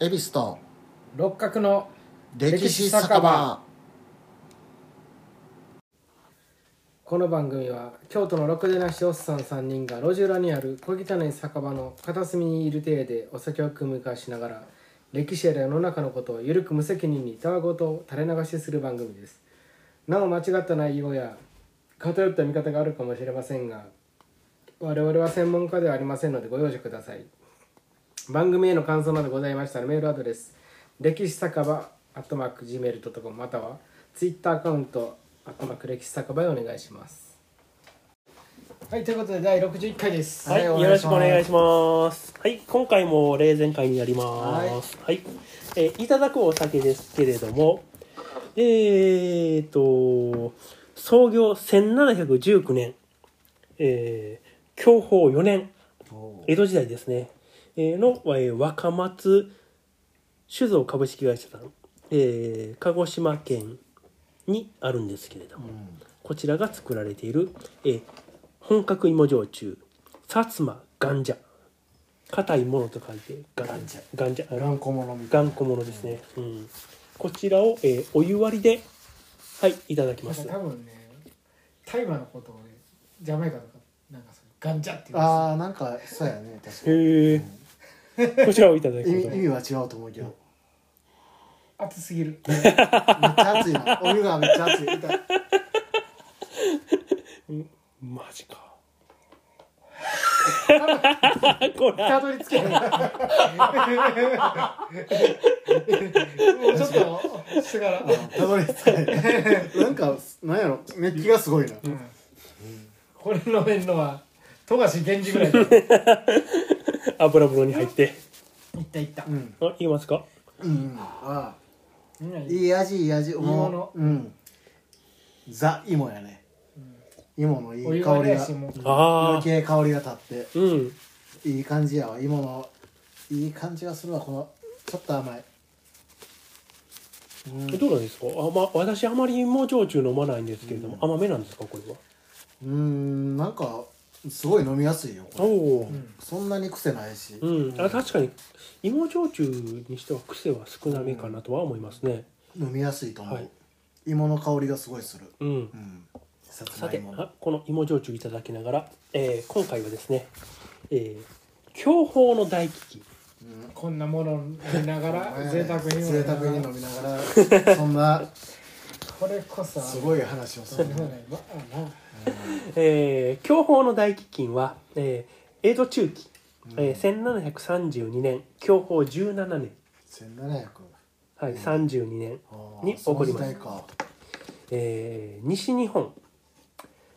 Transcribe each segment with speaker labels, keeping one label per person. Speaker 1: 恵比寿と
Speaker 2: 六角の
Speaker 1: 歴史酒場
Speaker 2: この番組は京都のろくでなしおっさん3人が路地裏にある小汚い酒場の片隅にいる体でお酒を組み交わしながら歴史や世の中のことをゆるく無責任にたわごとを垂れ流しする番組ですなお間違った内容や偏った見方があるかもしれませんが我々は専門家ではありませんのでご容赦ください番組への感想などございましたらメールアドレス歴史酒場アットマーク Gmail.com またはツイッターアカウントアットマーク歴史酒場へお願いしますはいということで第61回です
Speaker 1: は
Speaker 3: はいい、
Speaker 1: お
Speaker 3: よ
Speaker 1: 願い
Speaker 3: ろ
Speaker 1: し
Speaker 3: し
Speaker 1: ます
Speaker 3: くお願いします。はい、今回も例前会になります。はい、えーいただくお酒ですけれども、えーと、創業1719年、えー、享保4年、江戸時代ですね、えーの、えー若松酒造株式会社さん、えー鹿児島県にあるんですけれども、こちらが作られている、えー本格芋焼酎薩摩頑者硬いものと書いて
Speaker 1: 頑
Speaker 3: 頑
Speaker 1: 者
Speaker 3: 者頑者あ
Speaker 1: 頑固者みたいな
Speaker 3: 頑固ものですね、うん、こちらを、えーお湯割りではいいただき
Speaker 2: な
Speaker 3: ま
Speaker 2: んか
Speaker 3: す
Speaker 2: 多分ね大麻のことをねジャマイカとかなんかそういうガンジャって言うん
Speaker 1: ああなんかそうやね確かに
Speaker 3: へえこちらをいただ
Speaker 1: 意
Speaker 3: き
Speaker 1: 味
Speaker 3: ま
Speaker 1: 意味は違うと思うけど
Speaker 2: です熱すぎる
Speaker 1: めっちゃ熱いなお湯がめっちゃ熱い痛い
Speaker 3: すマジかこ
Speaker 2: た
Speaker 3: ら
Speaker 2: どり着け へんもうちょっとしてから、
Speaker 1: たどり着かないなんかなんやろ熱気がすごいな
Speaker 2: うんこれ飲めんのは富樫源氏ぐらいだ
Speaker 3: 油風呂に入って
Speaker 2: いったいった
Speaker 1: うん
Speaker 3: あいきますか
Speaker 1: うんあ
Speaker 2: みんな
Speaker 1: あ
Speaker 2: いい
Speaker 1: いい味いい味も
Speaker 2: 芋の
Speaker 1: ううんザ芋やね芋のい
Speaker 2: お湯
Speaker 1: い
Speaker 2: が
Speaker 1: 香り
Speaker 2: ね
Speaker 1: が
Speaker 2: しもう
Speaker 3: あ
Speaker 1: 余
Speaker 3: あ
Speaker 1: 計香りが立って
Speaker 3: うん
Speaker 1: いい感じやわ芋のいい感じがするわこのちょっと甘い、うん
Speaker 3: えどうなんですかあ、ま、私あまり芋焼酎飲まないんですけれども、甘めなんですかこれは
Speaker 1: うーんなんかすごい飲みやすいよこ
Speaker 3: お
Speaker 1: れ
Speaker 3: おー、
Speaker 2: うん
Speaker 1: そんなに癖ないし、
Speaker 3: うん、あ確かに芋焼酎にしては癖は少なめかなとは思いますね。
Speaker 1: 飲みやすいと思う、
Speaker 3: はい
Speaker 1: 芋の香りがすごいする
Speaker 3: うん、
Speaker 1: うんさつ
Speaker 3: さ
Speaker 1: まい
Speaker 3: て
Speaker 1: もの
Speaker 3: あこの芋焼酎いただきながら、えー今回はですね「えー、享保の大危機
Speaker 1: うん
Speaker 2: こんなもの飲みなが
Speaker 1: お前
Speaker 2: ら贅沢に飲み
Speaker 1: 贅
Speaker 2: なが
Speaker 1: 沢
Speaker 2: ら
Speaker 1: に飲みなが らそんな
Speaker 2: これこそ
Speaker 1: す
Speaker 2: い
Speaker 1: ごい話を するね
Speaker 3: えー享保の大飢饉は、えー江戸中期、えー1732年享保17年、
Speaker 1: 1700
Speaker 3: はい、32年、
Speaker 1: あー
Speaker 3: に
Speaker 1: その
Speaker 3: 起こります
Speaker 1: 時代か
Speaker 3: えー西日本、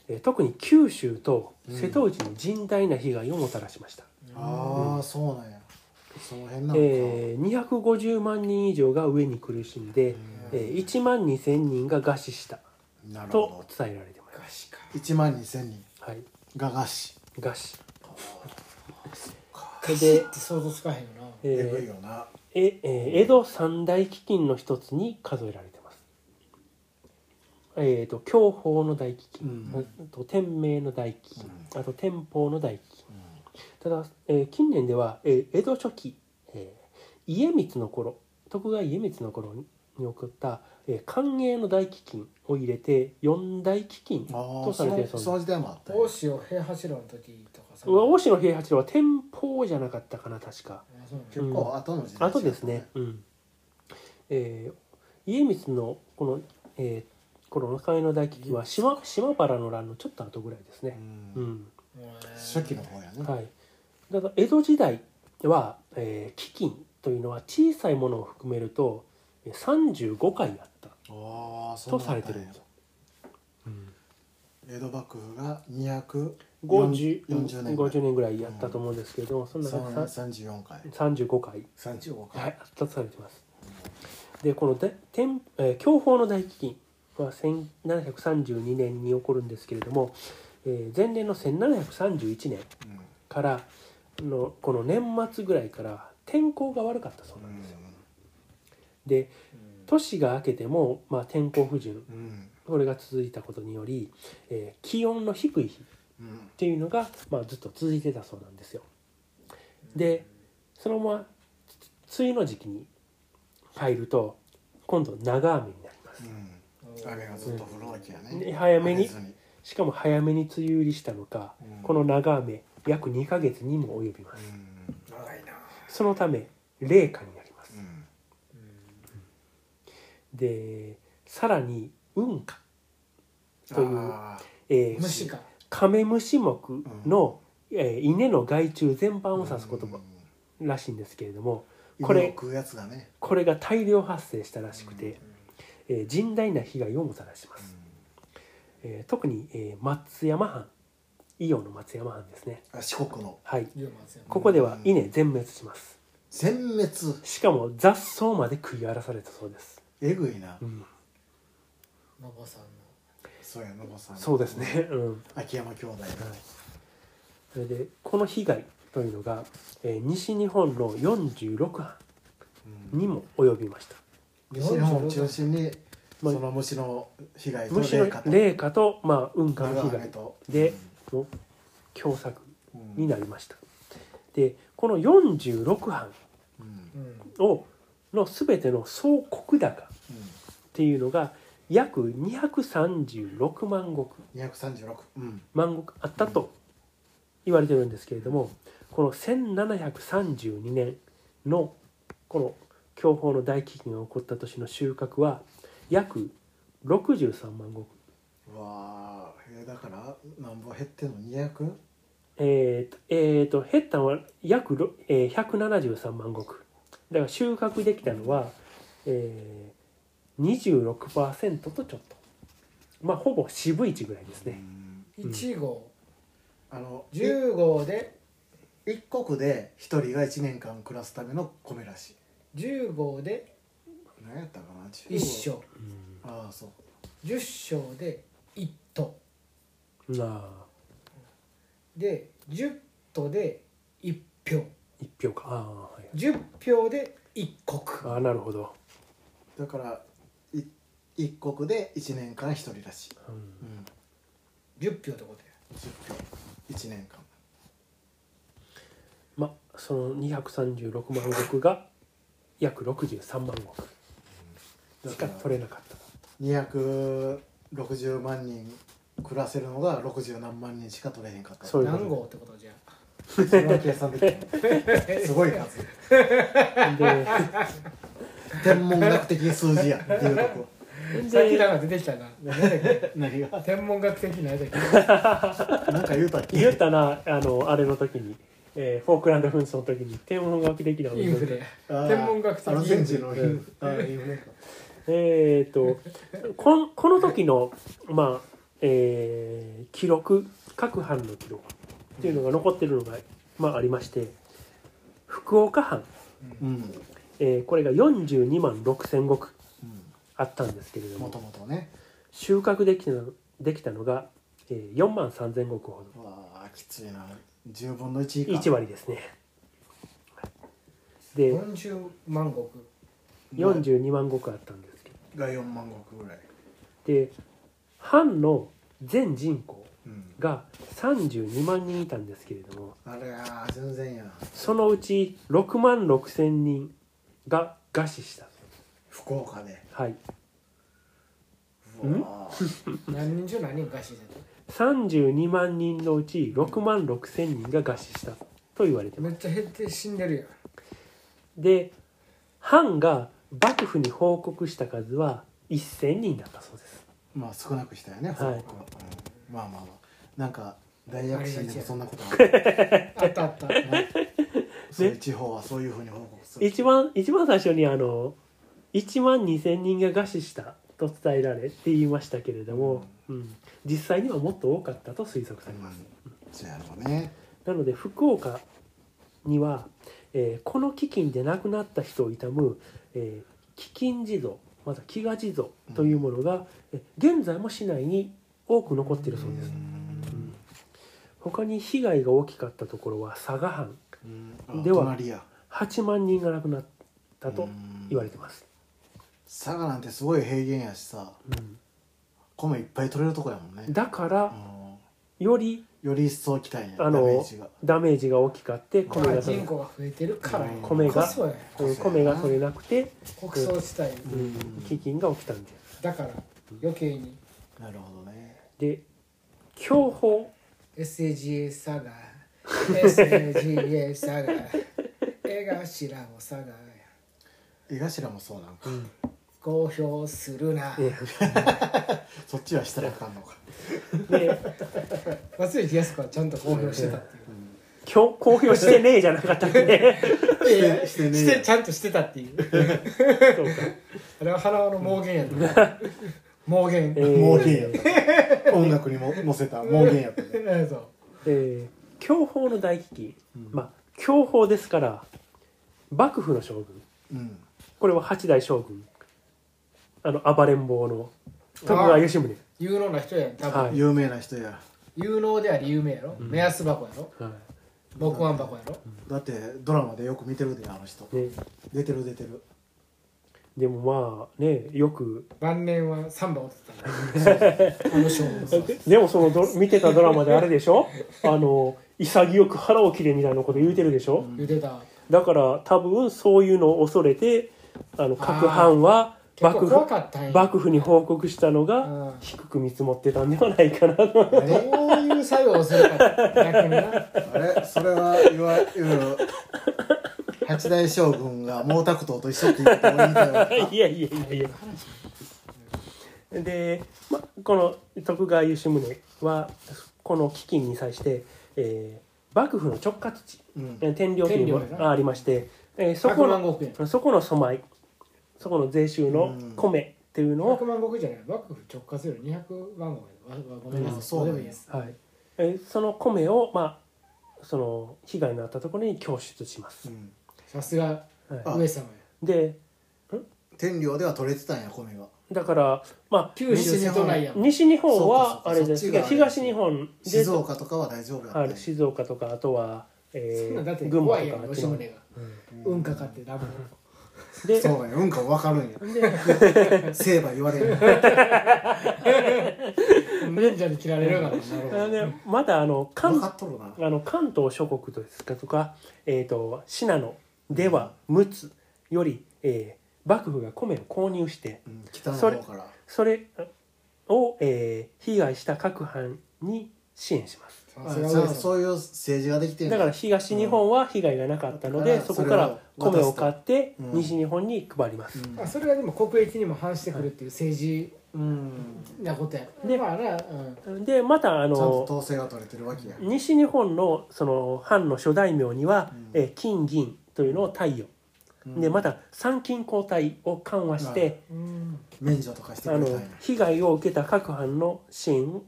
Speaker 3: えー特に九州と瀬戸内に甚大な被害をもたらしました。
Speaker 1: ああそうなんやその辺なのか、
Speaker 3: えー、250万人以上が飢えに苦しんで、えー、1万2000人が餓死した
Speaker 1: なるほ
Speaker 3: と
Speaker 1: ど
Speaker 3: 伝えられてます、
Speaker 2: しか
Speaker 1: 1万2000人
Speaker 3: はい、
Speaker 1: が餓死
Speaker 3: 餓死
Speaker 2: ガシって想像つかへんよな
Speaker 3: え
Speaker 1: えぐい
Speaker 3: ー
Speaker 1: よな
Speaker 3: ええー江戸三大飢饉の一つに数えられてますえー、と享保の大飢饉、
Speaker 1: う
Speaker 3: あと天明の大飢饉、あと天保の大飢饉、ただ、えー近年では、えー江戸初期、えー家光の頃徳川家光の頃にに起こった、えー寛永の大飢饉を入れて四大飢饉
Speaker 1: あ
Speaker 3: と
Speaker 1: あ
Speaker 3: さ
Speaker 1: そ
Speaker 3: れて
Speaker 1: の
Speaker 3: いるそう
Speaker 1: その時代もあったよ
Speaker 2: 大塩平八郎の時とかさ
Speaker 3: うわ大志の平八郎は天保じゃなかったかな確か
Speaker 2: あそうな
Speaker 1: 結
Speaker 2: んや
Speaker 1: 構後の時代
Speaker 3: あとですね、うんえー家光のこの、えー、この中江の大飢饉は島島原の乱のちょっと後ぐらいです
Speaker 1: う
Speaker 3: ね、うんん
Speaker 1: 初期の方やね
Speaker 3: はい、ただ江戸時代は、えー、飢饉というのは小さいものを含めるとえー35回あった
Speaker 1: ああそ
Speaker 3: と
Speaker 1: うな
Speaker 3: さ
Speaker 1: ん
Speaker 3: れ
Speaker 1: だ
Speaker 3: てるん
Speaker 1: ね
Speaker 3: ですよ、
Speaker 1: 江戸幕府が240年
Speaker 3: 50,
Speaker 1: ぐら
Speaker 3: 50
Speaker 1: い
Speaker 3: 年ぐらいやったと思うんですけれども、そんな
Speaker 1: そうね
Speaker 3: 中
Speaker 1: 34回
Speaker 3: 35回
Speaker 1: 35回、
Speaker 3: はい、2つされてます。で、こので天、えー、享保の大飢饉は1732年に起こるんですけれども、えー前年の1731年
Speaker 1: うん
Speaker 3: からのこの年末ぐらいから天候が悪かったそうなんですよ。で、年が明けてもまあ天候不順
Speaker 1: うんうん
Speaker 3: これが続いたことにより、えー気温の低い日
Speaker 1: うん
Speaker 3: っていうのが、まあ、ずっと続いてたそうなんですよでそのままつ梅雨の時期に入ると今度長雨になります
Speaker 1: うん、雨がずっと降るわけやね
Speaker 3: で早めに
Speaker 1: 雨ずに
Speaker 3: しかも早めに梅雨入りしたのか
Speaker 1: うん
Speaker 3: この長雨約2ヶ月にも及びま
Speaker 1: う
Speaker 3: す
Speaker 1: ん
Speaker 2: 長いな
Speaker 3: そのため冷夏になります
Speaker 1: うん
Speaker 3: でさらに雲夏という
Speaker 1: あ
Speaker 3: えー
Speaker 2: 虫か
Speaker 3: カメムシ目の、えー稲の害虫全般
Speaker 1: ー
Speaker 3: を指す言葉
Speaker 1: う
Speaker 3: らしいんですけれども
Speaker 1: ん
Speaker 3: これ
Speaker 1: 犬を食うやつがね、
Speaker 3: これが大量発生したらしくて、えー甚大な被害をもたらしま
Speaker 1: う
Speaker 3: す、
Speaker 1: ん
Speaker 3: えー特に、えー松山藩伊予の松山藩ですね
Speaker 1: あ四国の
Speaker 3: はい
Speaker 2: 龍松山
Speaker 3: ここでは稲全滅します
Speaker 1: 全滅
Speaker 3: しかも雑草まで食い荒らされたそうです、
Speaker 1: えぐいな、
Speaker 3: うん、
Speaker 2: のぼさんの
Speaker 1: そうやのぼさん
Speaker 3: そうですね、うん
Speaker 1: 秋山兄弟が
Speaker 3: はい、それでこの被害というのが、えー西日本の46藩
Speaker 1: うん
Speaker 3: にも及びました、
Speaker 1: 西日本を中心に
Speaker 3: ま
Speaker 1: そ
Speaker 3: あ
Speaker 1: の虫の被害と
Speaker 3: むしろ
Speaker 1: 冷夏と
Speaker 3: 冷夏と、まあ、雲下の
Speaker 1: 長
Speaker 3: 被
Speaker 1: 雨
Speaker 3: 害
Speaker 1: と
Speaker 3: での凶作
Speaker 1: うん
Speaker 3: になりましたでこの46藩
Speaker 1: うんうん
Speaker 2: うん
Speaker 3: をの全ての総石高っていうのが約236万石
Speaker 1: 236うん
Speaker 3: 万石あったと言われてるんですけれどもこの1732年のこの享保の大飢饉が起こった年の収穫は約63万石
Speaker 1: うわあえーだからなんぼ減ってんの 200?
Speaker 3: えーと、えーと、減ったのは約ろ、えー、173万石。だから収穫できたのは、えー、26%とちょっと。まあ、ほぼ四分一ぐらいです
Speaker 1: う
Speaker 3: ね。
Speaker 1: ん
Speaker 2: 1号
Speaker 1: あのい
Speaker 2: 10号で
Speaker 1: 一国で一人が一年間暮らすための米らしい
Speaker 2: 10号で
Speaker 1: 何やったかな中国
Speaker 2: 1升
Speaker 1: ああそう
Speaker 2: 10升で1頭
Speaker 3: ああ、
Speaker 2: で10頭で1票
Speaker 3: 一票か。ああ、はい。
Speaker 2: 10票で1国
Speaker 3: ああ、なるほど。
Speaker 1: だからい一国で一年間一人らしい、
Speaker 3: う、
Speaker 1: うんん、
Speaker 2: 10票ってことや
Speaker 1: 10票一年間
Speaker 3: まあ、その236万石が約63万石しか取れなかった。
Speaker 1: 260万人暮らせるのが60何万人しか取れへんかった
Speaker 3: そういうこと
Speaker 2: 何号ってことじゃあ
Speaker 1: それは計算できないすごい数
Speaker 3: で、
Speaker 1: 天文学的数字やっていうとこ
Speaker 2: さっきなんか出てきたな
Speaker 1: 何が
Speaker 2: 天文学的なやつやけど
Speaker 1: なんか言うたっけ
Speaker 3: 言ったな、あの、あれの時に、えーフォークランド紛争の時に天文学的な
Speaker 2: インフレ
Speaker 1: あー
Speaker 2: 天文学的
Speaker 1: アルゼンチンの
Speaker 3: う
Speaker 1: 言う
Speaker 3: ん
Speaker 1: ね
Speaker 3: えー、とこんこの時の、まあえー記録各藩の記録っていうのが残ってるのが、まあ、ありまして福岡藩、
Speaker 1: うん
Speaker 3: えーこれが42万6千石あったんですけれど
Speaker 1: もと
Speaker 3: も
Speaker 1: もとね
Speaker 3: 収穫できたのできたのが、えー4万3千石ほど
Speaker 1: わあきついな10分の1以下
Speaker 3: 1割ですねで
Speaker 2: 40万石
Speaker 3: 42万石あったんですけど
Speaker 1: が4万石ぐらい、
Speaker 3: で藩の全人口
Speaker 1: うん、
Speaker 3: が32万人いたんですけれども
Speaker 1: あれや全然や
Speaker 3: そのうち6万6千人が餓死した
Speaker 1: 福岡で
Speaker 3: はい
Speaker 1: うわあ
Speaker 2: 何人中何人餓死して
Speaker 3: 32万人のうち6万6千人が餓死したと言われて
Speaker 2: た
Speaker 3: ま
Speaker 2: め
Speaker 3: す
Speaker 2: っちゃ減って死んでるやん
Speaker 3: で藩が幕府に報告した数は1000人だったそうです
Speaker 1: まあ少なくしたよね福岡
Speaker 3: は
Speaker 1: はいうんまあまあまあなんか大躍進でもそんなことな
Speaker 2: あったあったあった
Speaker 1: い、ね、そういう地方はそういうふうに報告する
Speaker 3: 一番一番最初にあの1万2千人が餓死したと伝えられって言いましたけれども、うん実際にはもっと多かったと推測されます、
Speaker 1: そうやろうね
Speaker 3: なので福岡には、えーこの飢饉で亡くなった人を悼む、えー飢饉地蔵また飢餓地蔵というものが、え現在も市内に多く残っているそうです、
Speaker 1: うん
Speaker 3: 他に被害が大きかったところは佐賀藩
Speaker 1: うんあ
Speaker 3: では
Speaker 1: 隣や
Speaker 3: 8万人が亡くなったと言われてます、
Speaker 1: 佐賀なんてすごい平原やしさ
Speaker 3: うん
Speaker 1: 米いっぱい取れるとこやもんね
Speaker 3: だから
Speaker 1: うん
Speaker 3: より
Speaker 1: より一層きたんや
Speaker 3: あ
Speaker 1: ダメ
Speaker 3: の
Speaker 1: ージが
Speaker 3: ダメージが大きかって
Speaker 2: ま
Speaker 3: 米
Speaker 2: あ
Speaker 3: が取れ
Speaker 2: 人口が増えてるから
Speaker 1: うん
Speaker 2: こ
Speaker 3: 米が
Speaker 2: そや
Speaker 3: うん米が取れなくて
Speaker 2: 国葬地帯
Speaker 3: うん飢饉が起きたんだよ
Speaker 2: だから余計に
Speaker 1: なるほどね
Speaker 3: で享保
Speaker 2: SAGA サガ SAGA サガ 江頭もサガや
Speaker 1: 江頭もそうなんか、
Speaker 2: 公表するな
Speaker 1: そっちはしたらあかんのか
Speaker 3: で
Speaker 2: 忘れてやす子はちゃんと公表してたっていう
Speaker 3: 今日公表してねえじゃなかったっけ
Speaker 1: してしてねえ
Speaker 2: してちゃんとしてたっていう
Speaker 3: そうか
Speaker 2: あれは花輪の妄言や った妄言
Speaker 3: えー
Speaker 1: 盲言や った音楽にも乗せた盲言やったね
Speaker 2: そう
Speaker 3: えー享保の大飢饉、まあ享保ですから幕府の将軍
Speaker 1: うん
Speaker 3: これは八代将軍あの暴れん坊の徳川吉宗
Speaker 2: 有能な人やん多分
Speaker 3: はい
Speaker 1: 有名な人や
Speaker 2: 有能であり有名やろ目安箱やろ
Speaker 3: は
Speaker 2: 木腕箱やろ
Speaker 1: だってドラマでよく見てるであの人
Speaker 3: いね、
Speaker 1: 出てる出てる
Speaker 3: でもまあねよく
Speaker 2: 晩年はサンバ踊ってたからあの将軍そう
Speaker 3: でもそのド見てたドラマであれでし ょあの潔く腹を切れみたいなこと言うてるでしょ、
Speaker 2: 言うてた
Speaker 3: だから多分そういうのを恐れてあの各藩は
Speaker 2: 結
Speaker 3: 幕
Speaker 2: 構怖
Speaker 3: 府
Speaker 2: かったんや
Speaker 3: 幕府に報告したの
Speaker 2: うん
Speaker 3: が低く見積もってたんではないかなと
Speaker 2: どういう作用をするか逆にな
Speaker 1: あれそれはいわゆる八代将軍が毛沢東と一緒って言ってもいいんだよ
Speaker 3: いやいやいやいやで、ま、この徳川吉宗はこの飢饉に際して、えー幕府の直轄地、
Speaker 1: うん
Speaker 3: 天領というの
Speaker 2: 天領やな
Speaker 3: がありまして、えーそこ
Speaker 2: 100万
Speaker 3: の
Speaker 2: 石やん
Speaker 3: そこの疎米そこの税収の米っていうのを
Speaker 2: 100万石じゃない幕府直轄より200万石やわわごめんなさ
Speaker 1: うん
Speaker 2: い
Speaker 1: そう
Speaker 2: ど
Speaker 1: なんや
Speaker 2: うでもいいです
Speaker 3: はい、えーその米を、まあ、その被害のあったところに供出します
Speaker 1: う、ん
Speaker 2: さすが
Speaker 3: は
Speaker 1: あ
Speaker 2: 上様や
Speaker 3: い、で
Speaker 1: 天領では取れてたんや米が
Speaker 3: だから、まあ、
Speaker 2: 九州に都内やん
Speaker 3: 西日本
Speaker 1: そうかそう
Speaker 3: は
Speaker 1: か
Speaker 3: あれですけど
Speaker 1: そっちがあれ
Speaker 3: 東日本で
Speaker 1: 静岡とかは大丈夫やった
Speaker 3: あ
Speaker 1: んや
Speaker 3: る静岡とかあとは、
Speaker 2: そ
Speaker 3: え
Speaker 2: んなんだって
Speaker 3: ー、群馬
Speaker 2: 怖い
Speaker 3: と
Speaker 2: や
Speaker 3: かあ
Speaker 2: ん
Speaker 3: っち
Speaker 2: 吉
Speaker 3: の
Speaker 2: 宗が運かかってラブ
Speaker 3: で
Speaker 1: そうやうんか分かるんやせえば言わ れる
Speaker 2: 忍者に切られるから
Speaker 3: あのねまだあの関
Speaker 1: 分かっとるな
Speaker 3: あの関東諸国ですかとか、えー、と信濃では陸奥より、えー幕府が米を購入して
Speaker 1: うん北の方から
Speaker 3: それを、えー被害した各藩に支援します
Speaker 1: あ
Speaker 2: さ
Speaker 1: じ
Speaker 2: すが
Speaker 1: ゃ
Speaker 2: 上
Speaker 1: あ
Speaker 2: 様
Speaker 1: そういう政治ができてん
Speaker 3: だ
Speaker 1: や
Speaker 3: から東日本は被害がなかったので、
Speaker 1: うん
Speaker 3: そこから
Speaker 1: それ
Speaker 3: 米
Speaker 1: を渡すと
Speaker 3: を買って
Speaker 1: うん
Speaker 3: 西日本に配ります、
Speaker 1: うん
Speaker 2: まあそれがでも国益にも反してくるっていう政治
Speaker 1: うん
Speaker 2: なことやでまあなうん
Speaker 3: でまたあ
Speaker 1: ちゃんと
Speaker 3: の
Speaker 1: 統制が取れてるわけや
Speaker 3: 西日本のその藩の諸大名には、
Speaker 1: うん
Speaker 3: えー金銀というのを貸与、
Speaker 1: うん
Speaker 3: でまた参勤交代を緩和して、
Speaker 1: はい
Speaker 2: うん
Speaker 1: 免除とかしてく
Speaker 3: あ
Speaker 1: れたん
Speaker 3: の
Speaker 1: や
Speaker 3: 被害を受けた各藩の支援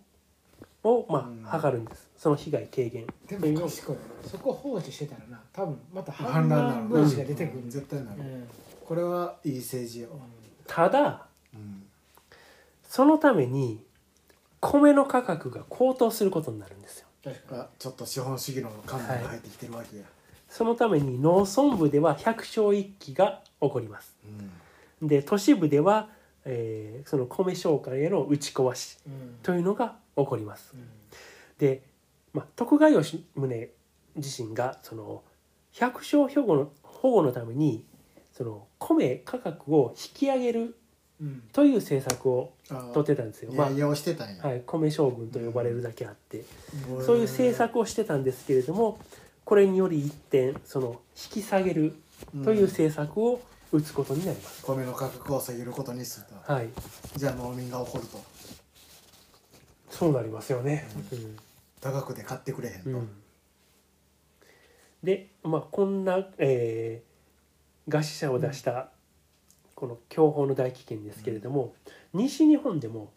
Speaker 3: を、ま
Speaker 1: う
Speaker 3: あ
Speaker 1: ん
Speaker 3: 図るんですその被害軽減
Speaker 2: でも賢いなそこ放置してたらな多分また
Speaker 1: 反
Speaker 2: 反
Speaker 1: 乱な
Speaker 2: 乱
Speaker 1: る
Speaker 2: 分子が出てくる
Speaker 1: うんん
Speaker 2: で
Speaker 1: 絶対なる
Speaker 2: うん
Speaker 1: これはいい政治よ
Speaker 3: ただ
Speaker 1: うん
Speaker 3: そのために米の価格が高騰することになるんですよ
Speaker 2: 確か
Speaker 1: あちょっと資本主義の観念が入ってきてるわけや
Speaker 3: そのために農村部では百姓一揆が起こります
Speaker 1: うん
Speaker 3: で都市部では、えーその米商会への打ち壊し
Speaker 2: にうん
Speaker 3: というのが起こります
Speaker 2: うん
Speaker 3: で、まあ、徳川吉宗自身がその百姓保護の保護のためにその米価格を引き上げる
Speaker 2: うん
Speaker 3: という政策を
Speaker 1: あ
Speaker 3: 取ってたんですよ、ま
Speaker 1: や用してたん
Speaker 3: あ
Speaker 1: や
Speaker 3: はい、米将軍と呼ばれるだけあって、
Speaker 1: うん
Speaker 3: そういう政策をしてたんですけれどもこれにより一転その引き下げるという政策を打つことになります、
Speaker 1: 米の価格を下げることにすると
Speaker 3: はい
Speaker 1: じゃあ農民が怒ると
Speaker 3: そうなりますよね、うん
Speaker 1: 高くで買ってくれへんと
Speaker 3: うんでまあこんな、えー餓死者を出したこの享保の大飢饉ですけれども、西日本でも、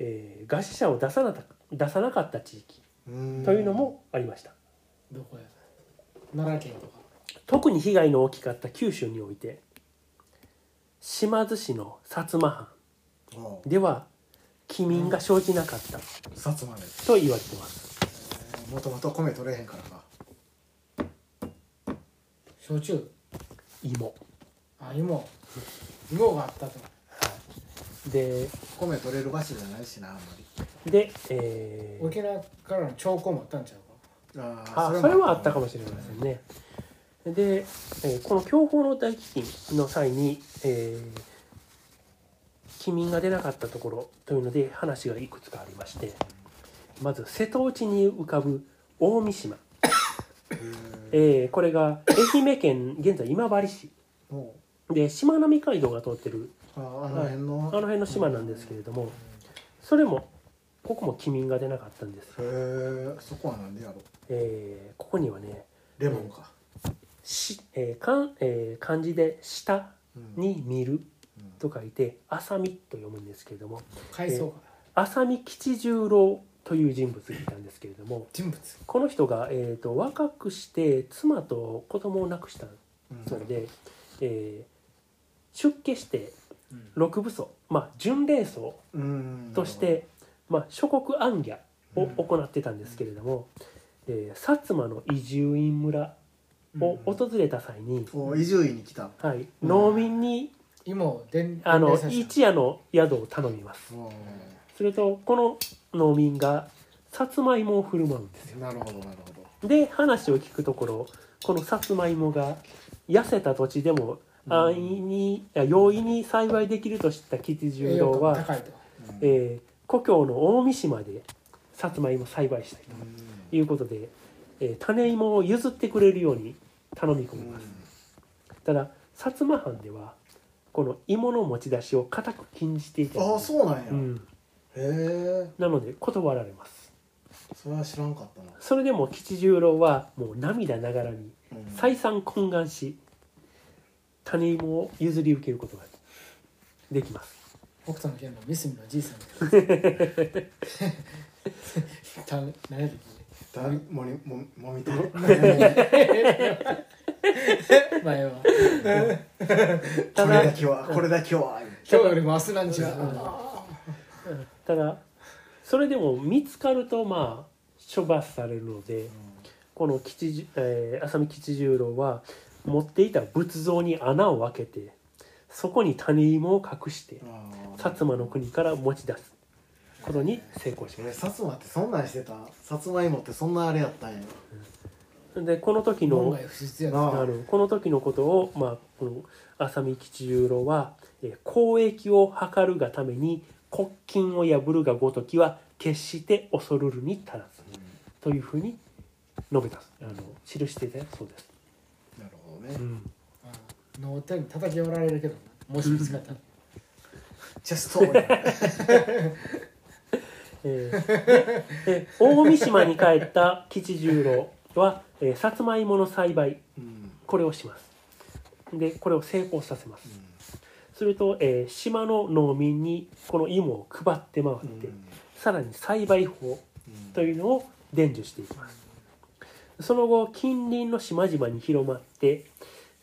Speaker 3: えー餓死者を出さなか出さなかった地域
Speaker 1: うん
Speaker 3: というのもありました、
Speaker 2: どこや奈良県とか
Speaker 3: 特に被害の大きかった九州において島津市の薩摩藩
Speaker 1: おう
Speaker 3: では飢民が生じなかった
Speaker 1: 薩摩で
Speaker 3: と言われてます、
Speaker 1: もともと米取れへんからか
Speaker 2: 焼酎
Speaker 3: 芋
Speaker 2: あ芋芋があったと
Speaker 3: で
Speaker 1: 米取れる場所じゃないしなあんまり
Speaker 3: で、えー、
Speaker 2: 沖縄からの兆候もあったんちゃうか
Speaker 1: あー
Speaker 3: あ
Speaker 1: も
Speaker 3: それはあったかもしれませんね。で、えーこの享保の大飢饉の際に、えー、飢民が出なかったところというので話がいくつかありましてまず瀬戸内に浮かぶ大三島、えーこれが愛媛県現在今治市
Speaker 1: も
Speaker 3: でしまなみ海道が通ってる
Speaker 1: うああの辺
Speaker 3: あ
Speaker 1: の
Speaker 3: の辺の島なんですけれどもそれもここも飢民が出なかったんです、
Speaker 1: へえそこはなんでやろう
Speaker 3: えーここにはね
Speaker 1: レモンか、
Speaker 3: し、えーかんえー漢字で「下」
Speaker 1: うん
Speaker 3: に見る
Speaker 1: うん
Speaker 3: と書いて「浅見」と読むんですけれども
Speaker 2: 海藻が
Speaker 3: 浅見吉十郎という人物がいたんですけれども
Speaker 2: 人物
Speaker 3: この人が、えー、と若くして妻と子供を亡くした
Speaker 1: うん
Speaker 3: ので、えー出家して
Speaker 1: うん
Speaker 3: 六部祖、まあ、巡礼僧
Speaker 1: うん
Speaker 3: として、まあ、諸国行脚を行ってたんですけれども、えー薩摩の移住院村を訪れた際に、
Speaker 1: お伊集院に来た
Speaker 3: はい、農民に
Speaker 2: 今を伝
Speaker 3: あの
Speaker 2: 伝令させた
Speaker 3: 一夜の宿を頼みます。
Speaker 1: お
Speaker 3: するとこの農民がさつまいもを振る舞うんですよ
Speaker 1: ーなるほどなるほど
Speaker 3: で話を聞くところこのさつまいもが痩せた土地でも安易に、あ容易に栽培できると知った吉
Speaker 2: 栄
Speaker 3: 十
Speaker 2: 養
Speaker 3: 郎
Speaker 2: 価も
Speaker 3: は、
Speaker 2: 高いと
Speaker 1: うん
Speaker 3: えー故郷の大三島でさつまいも栽培したいということで、えー種芋を譲ってくれるように頼み込みます、ただ薩摩藩ではこの芋の持ち出しを固く禁じてい
Speaker 1: う
Speaker 3: た
Speaker 1: んああ
Speaker 3: う、
Speaker 1: そうなんや、
Speaker 3: う
Speaker 1: へ
Speaker 3: ん、
Speaker 1: え
Speaker 3: なので断られます
Speaker 1: それは知らんかったな、
Speaker 3: それでも吉十郎はもう涙ながらに
Speaker 1: うん
Speaker 3: 再三懇願し種芋を譲り受けることができます
Speaker 2: 北斗の剣のミスミのじいさんみ たいなた何やったっ
Speaker 1: だもみもみもみ たい
Speaker 2: け 前は
Speaker 1: これだけはこれだけは
Speaker 2: 今日よりも明日なんちゃう
Speaker 3: ただそれでも見つかるとまあ処罰されるのでこの吉十、えー浅見吉十郎は持っていた仏像に穴を開けてそこに種芋を隠して
Speaker 1: あー
Speaker 3: 薩摩の国から持ち出すことに成功し
Speaker 1: え
Speaker 3: ま
Speaker 1: 薩
Speaker 3: す
Speaker 1: 摩ってそんなんしてた薩摩芋ってそんなあれやったんや
Speaker 3: でこの時
Speaker 2: 門
Speaker 3: の
Speaker 2: 外不出や
Speaker 1: な
Speaker 2: な
Speaker 1: あ
Speaker 3: なるこの時のことを、まあ、この浅見吉十郎は、えー交易を図るがために国金を破るがごときは決して恐るるに足らずというふうに述べたあの記していたそうです、
Speaker 1: なるほどね
Speaker 2: 脳天に叩き折られるけどなもし見つかったら
Speaker 1: チェストーリ ー
Speaker 3: えーでえー大三島に帰った吉十郎は、えー、さつまいもの栽培
Speaker 1: うん
Speaker 3: これをしますでこれを成功させます、すると、えー島の農民にこの芋を配って回
Speaker 1: う
Speaker 3: っ
Speaker 1: ん
Speaker 3: て、さらに栽培法
Speaker 1: うん
Speaker 3: というのを伝授していきますその後近隣の島々に広まって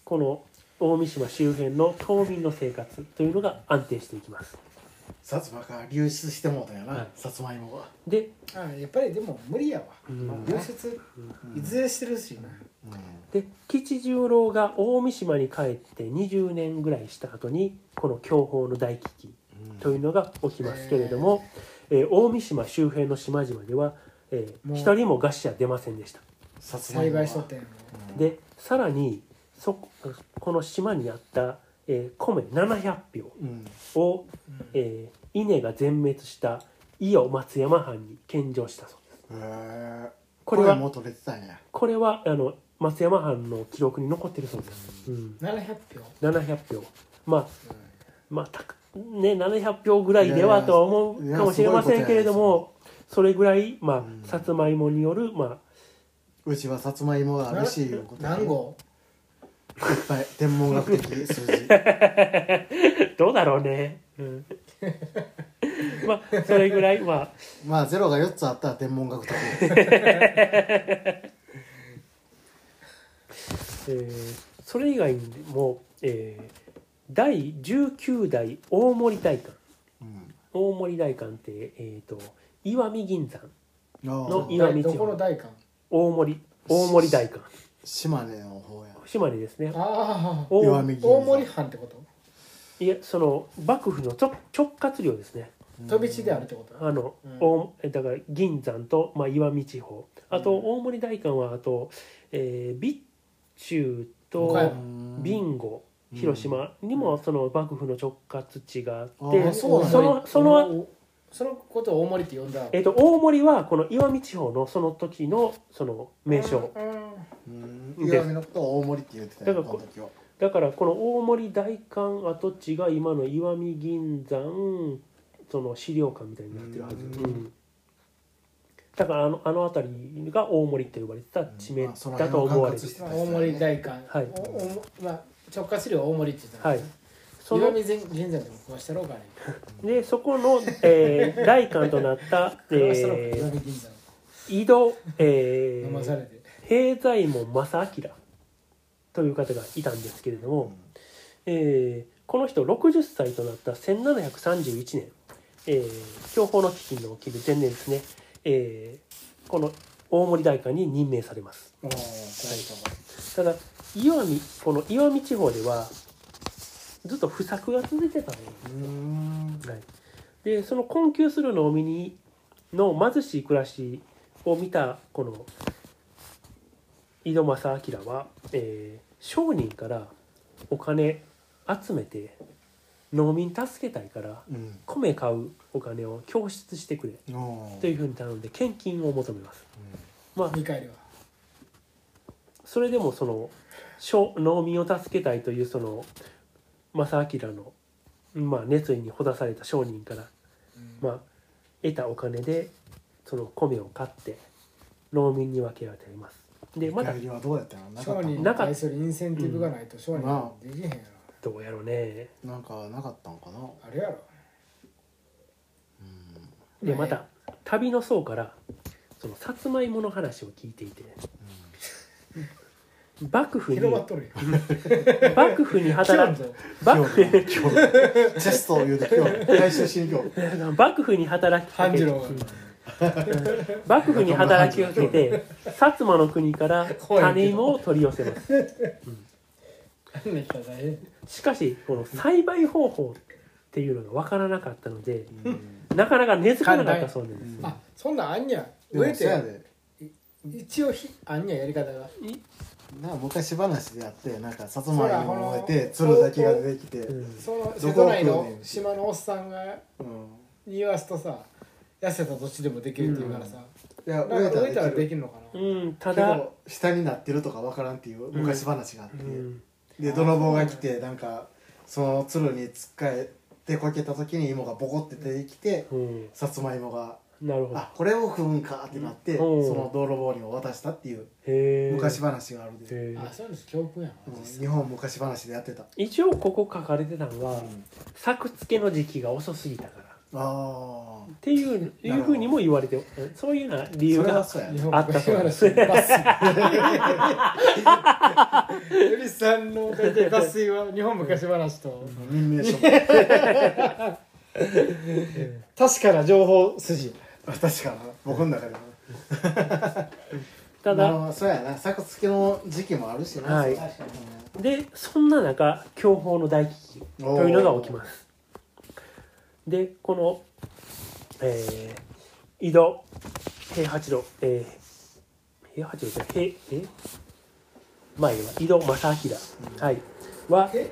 Speaker 3: この大三島周辺の島民の生活というのが安定していきます
Speaker 1: 薩摩から流出してもうたんやな、
Speaker 3: はい
Speaker 1: 薩摩芋が、
Speaker 3: で
Speaker 2: ああやっぱりでも無理やわ
Speaker 3: うん
Speaker 2: 流出いずれしてるしな
Speaker 3: で吉十郎が大三島に帰って20年ぐらいした後にこの享保の大飢饉というのが起きますけれども、えー大三島周辺の島々では、えー
Speaker 2: もう
Speaker 3: 一人も餓死者出ませんでした
Speaker 1: 薩摩
Speaker 2: 栽
Speaker 1: 芋が
Speaker 2: 培しとったんやもん
Speaker 3: でさらにそここの島にあった、えー米700
Speaker 1: うんうん
Speaker 3: 票を、
Speaker 2: うん
Speaker 3: えー稲が全滅した伊予松山藩に献上したそうです
Speaker 1: へえ
Speaker 3: これは
Speaker 1: もう取れてたんや
Speaker 3: これはあの松山藩の記録に残ってるそうです、うん、
Speaker 2: 700票
Speaker 3: 700票まあまあたくね700票ぐらいではとは思
Speaker 1: いや
Speaker 3: う
Speaker 1: いや
Speaker 3: かもしれませんけれ
Speaker 1: いやすご
Speaker 3: ど
Speaker 1: い
Speaker 3: もそれぐらいま
Speaker 1: うん
Speaker 3: あさつまいもによるま
Speaker 1: うちは薩摩芋があるしいうことや
Speaker 2: 何号
Speaker 1: いっぱい天文学的数字
Speaker 3: あどうだろうね、うん まあそれぐらいまあ
Speaker 1: まあゼロが4つあったら天文学的
Speaker 3: えーそれ以外にも、えー第19代大森大官
Speaker 1: うん
Speaker 3: 大森大官って、えー、と石見銀山の
Speaker 1: ああ
Speaker 3: 岩道
Speaker 2: どこの大官
Speaker 3: 大森大森大官
Speaker 1: 島根の方や
Speaker 3: 島根ですね
Speaker 2: ああ
Speaker 3: 大
Speaker 1: 岩見銀山
Speaker 2: 大森藩ってこと
Speaker 3: いやその幕府の直直轄領ですね
Speaker 2: 飛び地であるってこと
Speaker 3: あの、
Speaker 2: うん
Speaker 3: 大えだから銀山と、まあ、石見地方あと大森大館はあと、えー、備中
Speaker 2: 岡
Speaker 3: と
Speaker 2: 山
Speaker 3: ビンゴ
Speaker 1: うん
Speaker 3: 広島にもその幕府の直轄地があって、
Speaker 1: あそうなんだ
Speaker 3: そのその
Speaker 2: おそのことを大森って呼んだ
Speaker 3: えっと大森はこの石見地方のその時のその名称
Speaker 1: うん
Speaker 3: で
Speaker 1: 岩見のことを大盛りって言ってたよ
Speaker 3: だ
Speaker 1: こ
Speaker 3: から
Speaker 1: の時は
Speaker 3: だからこの大森大館跡地が今の石見銀山その資料館みたいになってるはず、
Speaker 1: うん
Speaker 3: うんだからあのあの辺りが大森って呼ばれてた地名
Speaker 1: うんまあその
Speaker 3: だと
Speaker 1: 辺を
Speaker 3: 思われる
Speaker 1: 管轄、して
Speaker 2: まあ大森大官、
Speaker 3: はい
Speaker 2: おおまあ、直轄領は大森って言ってた
Speaker 3: はいそ
Speaker 2: 岩
Speaker 3: の
Speaker 2: 見全銀山でも食わしたろうかね
Speaker 3: でそこの、えー、大館となった、
Speaker 2: 食わしたろうか
Speaker 3: え
Speaker 2: 岩
Speaker 3: ー、
Speaker 2: 見銀山
Speaker 3: 井戸、え
Speaker 2: 飲まさ
Speaker 3: ー、
Speaker 2: れて
Speaker 3: 平左衛門正明という方がいたんですけれども、えーこの人60歳となった1731年、えー、享保の飢饉の起きる前年ですね、えーこの大森大官に任命されます
Speaker 2: おー怖い
Speaker 3: ただ石見この石見地方ではずっと不作が続いてたのよ
Speaker 1: うん
Speaker 3: はい、でその困窮する農民にの貧しい暮らしを見たこの井戸正明は、えー商人からお金集めて農民助けたいから
Speaker 1: うん
Speaker 3: 米買うお金を供出してくれ
Speaker 1: うん
Speaker 3: というふうに頼んで献金を求めますまあ
Speaker 2: 見返りは
Speaker 3: それでもその商農民を助けたいというその正明の、まあ、熱意にほだされた商人からまあ、得たお金でその米を買って農民に分け与えますでま
Speaker 1: ま
Speaker 3: た
Speaker 1: だはどうやったのなか
Speaker 2: 商
Speaker 1: った
Speaker 2: 人
Speaker 1: の
Speaker 2: に
Speaker 3: なか
Speaker 2: 対するインセンティブがないと商人はできへんやろ
Speaker 3: どうやろうね
Speaker 1: なんかなかったのかな
Speaker 2: あれやろ
Speaker 3: でまた旅の僧からそのさつまいもの話を聞いていて幕府に
Speaker 2: 広まっとるやん
Speaker 3: 幕府に 働
Speaker 2: 興味
Speaker 3: 幕府
Speaker 1: 今日チェストを言うて今日回収しに行こう
Speaker 3: 幕府に 働きか
Speaker 2: 半
Speaker 3: け
Speaker 2: 次郎が
Speaker 3: 幕府に働きかけて薩摩の国から種芋を取り寄せます
Speaker 2: 何で来たらえ
Speaker 3: しかしこの栽培方法っていうのが分からなかったので
Speaker 1: うん
Speaker 3: なかなか根付かなかったそうなんです
Speaker 1: うん
Speaker 2: あそんなんあんにゃ
Speaker 1: で
Speaker 2: 植
Speaker 1: も
Speaker 2: え
Speaker 1: そや
Speaker 2: て
Speaker 1: で
Speaker 2: 一応ひあんにゃやり方が
Speaker 1: な昔話であってなんかさつまいもを植えて鶴だけが出てきて、
Speaker 3: う
Speaker 1: うん
Speaker 3: ん
Speaker 2: その
Speaker 1: どこ
Speaker 2: 瀬戸内
Speaker 1: 食う
Speaker 2: の
Speaker 1: ねん
Speaker 2: 島のおっさんが言わすとさ痩せた土地でもできるって言うからさ、
Speaker 1: いや
Speaker 2: なんか
Speaker 1: 植
Speaker 2: 植
Speaker 1: え
Speaker 2: え
Speaker 1: た
Speaker 2: た
Speaker 1: ら
Speaker 2: ら
Speaker 1: で
Speaker 2: で
Speaker 1: き
Speaker 2: き
Speaker 1: る
Speaker 2: るのかな、
Speaker 3: うん、た
Speaker 1: け
Speaker 3: だ、
Speaker 1: ど下になってるとかわからんっていう昔話があっ
Speaker 3: う
Speaker 1: て、
Speaker 3: ん、
Speaker 1: で泥棒が来てなんかその鶴につっかえてこけた時に芋がボコって出てきて
Speaker 3: うん、
Speaker 1: さつまいもが
Speaker 3: なる
Speaker 1: 「
Speaker 3: ほど。
Speaker 1: あこれを食うんか」ってなって、
Speaker 3: うん
Speaker 1: その泥棒にも渡したっていう
Speaker 3: へえ。
Speaker 1: 昔話があるで、
Speaker 3: へー
Speaker 2: あそういうの教訓や
Speaker 1: う
Speaker 2: な、
Speaker 1: ん日本昔話でやってた、
Speaker 3: 一応ここ書かれてたのは、
Speaker 1: うん
Speaker 3: 作付けの時期が遅すぎたから。っ
Speaker 1: ああ
Speaker 3: ていう、い
Speaker 1: なる
Speaker 3: う
Speaker 1: ほど
Speaker 3: ふうにも言われて、うんそういうような理由
Speaker 1: それは
Speaker 3: が。
Speaker 1: そうや
Speaker 2: 日
Speaker 1: ね
Speaker 2: 本
Speaker 3: あったそう
Speaker 2: 昔話の抜粋エビさんの大体抜粋は日本昔話と
Speaker 1: 任命書 も
Speaker 2: 確かな情報筋
Speaker 1: 確かな僕の中でも
Speaker 3: ただ、
Speaker 1: まあ、そうやな作付けの時期もあるしな、
Speaker 3: はい
Speaker 1: 確かに
Speaker 3: で、そんな中、享保の大飢饉というのが起きます。で、この、えー、井戸、平八郎、えー、平八郎じゃない、平、え前は井戸正明、はい、は、
Speaker 2: え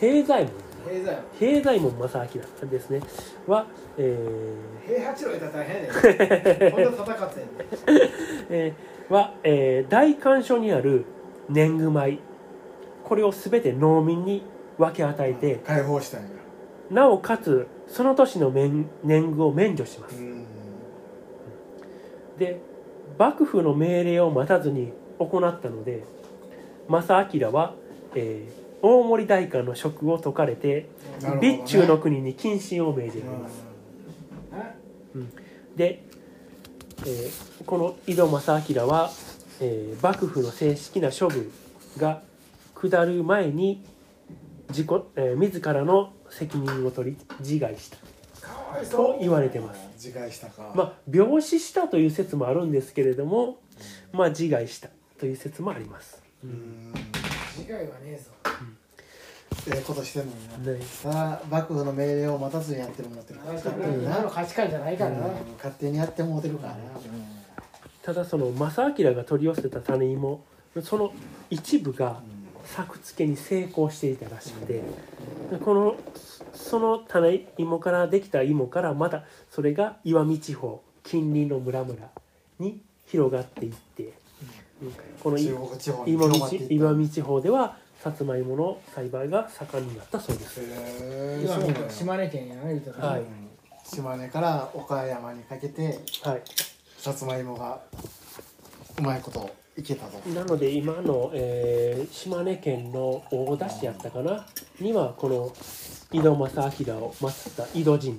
Speaker 3: 平左衛門
Speaker 2: 平座
Speaker 3: 平左衛門正明ですねは、えー
Speaker 2: 平八郎いたら大変や でこんな戦ってんね
Speaker 3: えーは、えー大官所にある年貢米これを全て農民に分け与えて
Speaker 1: 解放したんや
Speaker 3: なおかつその年の免年貢を免除しま
Speaker 1: う
Speaker 3: す
Speaker 1: ん
Speaker 3: で幕府の命令を待たずに行ったので正明は、えー大森大官の職を解かれて
Speaker 1: なるほどね
Speaker 3: 備中の国に謹慎を命じられますで、えーこの井戸正明は、えー幕府の正式な処分が下る前に自己、えー自らの責任を取り自害した
Speaker 2: かわい
Speaker 3: と言われてます。
Speaker 1: 自害したか、
Speaker 3: まあ病死したという説もあるんですけれども、まあ、自害したという説もあります。
Speaker 1: うん
Speaker 2: 自害はねえぞ
Speaker 1: ええことしてんのにな
Speaker 3: ない
Speaker 1: ただ幕府の命令を待たずにやってるもんだって勝手
Speaker 2: み
Speaker 1: に
Speaker 2: ん
Speaker 1: な
Speaker 2: なの価値観じゃないからな、
Speaker 1: うん勝手にやってもうてるからな、
Speaker 3: ただその正明が取り寄せた種芋その一部が作付けに成功していたらしくてこのその種芋からできた芋からまたそれが石見地方近隣の村々に広がっていってこの
Speaker 1: 中国地方に
Speaker 3: 今
Speaker 1: 広ま
Speaker 3: 道
Speaker 1: っていった
Speaker 3: 今道地方ではさつまいもの栽培が盛んになったそうです。
Speaker 1: へえ
Speaker 2: 今
Speaker 1: そう
Speaker 2: 見
Speaker 1: なん
Speaker 2: た
Speaker 1: や
Speaker 2: 島根県やな言うたら、
Speaker 3: はい
Speaker 1: 島根から岡山にかけて
Speaker 3: はい、
Speaker 1: さつまいもがうまいこといけたぞ
Speaker 3: なので今の、えー島根県の大田市やったかなにはこの井戸正明を祀った井戸神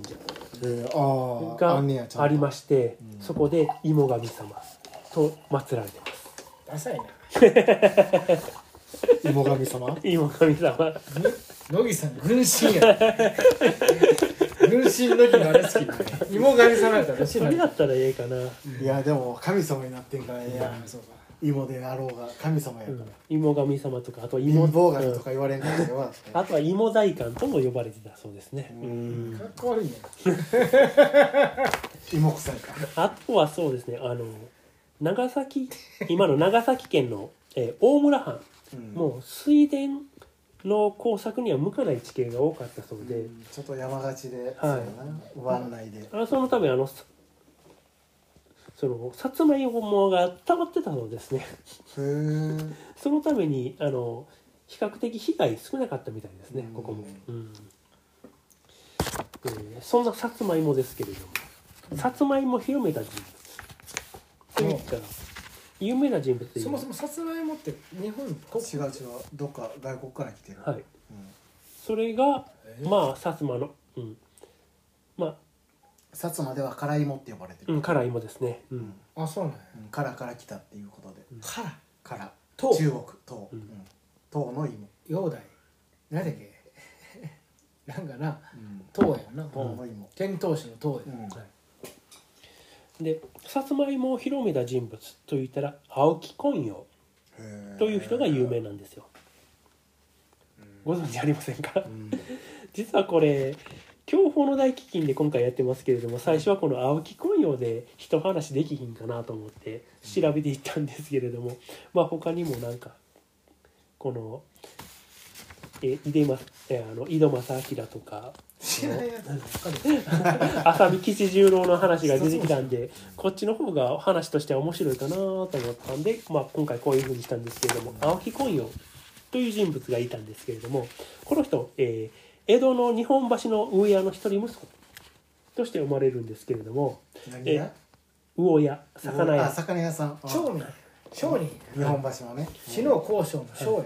Speaker 1: えー、あああんねや
Speaker 3: 社
Speaker 1: ち
Speaker 3: が
Speaker 1: ゃ
Speaker 3: あ
Speaker 1: ん
Speaker 3: り
Speaker 1: と
Speaker 3: まして
Speaker 1: うん
Speaker 3: そこで芋神様と祀られてます。
Speaker 2: ダサいな
Speaker 1: 芋神様
Speaker 3: 芋神様
Speaker 2: 野木さん軍神や軍神の木のあれ好きだね芋狩りさられたらしい
Speaker 3: そ
Speaker 2: な
Speaker 3: れだったらええかな、
Speaker 1: いやでも神様になってんからええやん
Speaker 2: そうか
Speaker 1: 芋であろうが神様や
Speaker 3: う
Speaker 1: から、
Speaker 3: ん、芋神様とかあとは
Speaker 1: 貧
Speaker 3: 芋
Speaker 1: 乏神と
Speaker 3: うん
Speaker 1: か言われんからよ だって
Speaker 3: あとは芋大官とも呼ばれてたそうですね。うん
Speaker 2: かっこ悪いね
Speaker 1: 芋臭いから
Speaker 3: あとはそうですね、あの、長崎、今の長崎県の、えー大村藩、
Speaker 1: うん
Speaker 3: もう水田の工作には向かない地形が多かったそうで、
Speaker 1: ちょっと山勝ちで、そうやな湾内で、
Speaker 3: あそのため、あの、さその、さつまいもが溜まってたのですね。
Speaker 1: へえ
Speaker 3: そのために、あの、比較的被害少なかったみたいですね
Speaker 1: う、ん
Speaker 3: ここも。うんえーそんなさつまいもですけれども、さつまいもを広めた人物。というか、有名な人物で
Speaker 2: そもそもさつまいもって日本国
Speaker 1: 違う違うどっか外国から来てる、
Speaker 3: はい、
Speaker 1: うん
Speaker 3: それが
Speaker 2: えー
Speaker 3: まあ薩摩の、うん、まあ、
Speaker 1: 薩摩では辛芋って呼ばれて
Speaker 3: う
Speaker 1: る、
Speaker 3: ん、辛いもですね、う、
Speaker 1: うん
Speaker 2: あそうなんや
Speaker 1: んからから来たっていうことで、
Speaker 2: から
Speaker 1: から
Speaker 2: 唐
Speaker 1: 中国唐、
Speaker 3: う
Speaker 1: うんん唐の芋、
Speaker 2: 陽代何だっけ なんかな
Speaker 1: うん、
Speaker 2: 唐やんな
Speaker 1: 唐の芋、
Speaker 2: 遣唐使の唐
Speaker 1: う
Speaker 2: や
Speaker 1: ん
Speaker 3: でさつまいもを広めた人物といったら青木昆陽
Speaker 1: へえ
Speaker 3: という人が有名なんですよ、ご存知ありませんか、
Speaker 1: うん
Speaker 3: 実はこれ享保の大飢饉で今回やってますけれども最初はこの青木昆陽で一話できひんかなと思って調べていったんですけれども、まあ他にもなんかこのえ井出まえあの井戸正明とか
Speaker 2: 知らんやつばっかり
Speaker 3: 浅見吉十郎の話が出てきたんでこっちの方が話としては面白いかなと思ったんで、まあ、今回こういうふうにしたんですけれども青木昆陽という人物がいたんですけれどもこの人、えー江戸の日本橋の上屋の一人息子として生まれるんですけれども
Speaker 1: 何や
Speaker 3: 魚屋魚
Speaker 1: あ
Speaker 3: 屋
Speaker 1: 魚屋さんあ
Speaker 2: 商人商人
Speaker 1: 日本橋のね
Speaker 2: 死の交渉の商や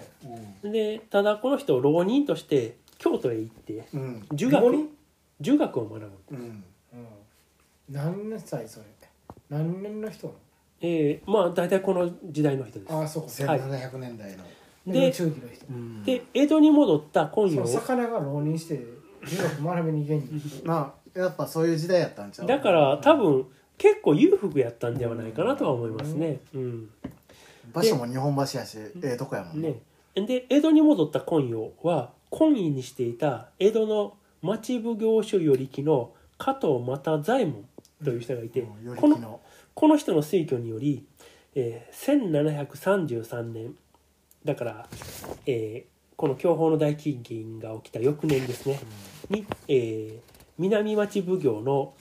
Speaker 1: う
Speaker 3: でただこの人浪人として京都へ行って
Speaker 1: んうん
Speaker 3: 儒
Speaker 2: 浪
Speaker 3: 学
Speaker 2: 人
Speaker 3: 儒学を学ぶ、
Speaker 1: うん
Speaker 2: うん何年歳それ何年の人な
Speaker 3: えーまあ大体この時代の人です
Speaker 2: のあそうか
Speaker 1: 1700年代の、
Speaker 3: で
Speaker 2: 中期の人
Speaker 1: うん
Speaker 3: で江戸に戻った昆
Speaker 2: そ
Speaker 3: 陽
Speaker 2: の魚が浪人して儒学学びに行けんじ
Speaker 1: まあやっぱそういう時代やったんちゃう
Speaker 3: だから多分結構裕福やったんではないかなとは思いますね。うん
Speaker 1: 場所も日本橋やしええとこやもん
Speaker 3: ねで江戸に戻った昆陽は懇意にしていた江戸の町奉行所与力の加藤又左衛門という人がいて、
Speaker 1: うんより
Speaker 3: こ
Speaker 1: き
Speaker 3: の
Speaker 1: の
Speaker 3: この人の推挙により、えー1733年だから、えーこの享保の大飢饉が起きた翌年ですね、に、えー南町奉行の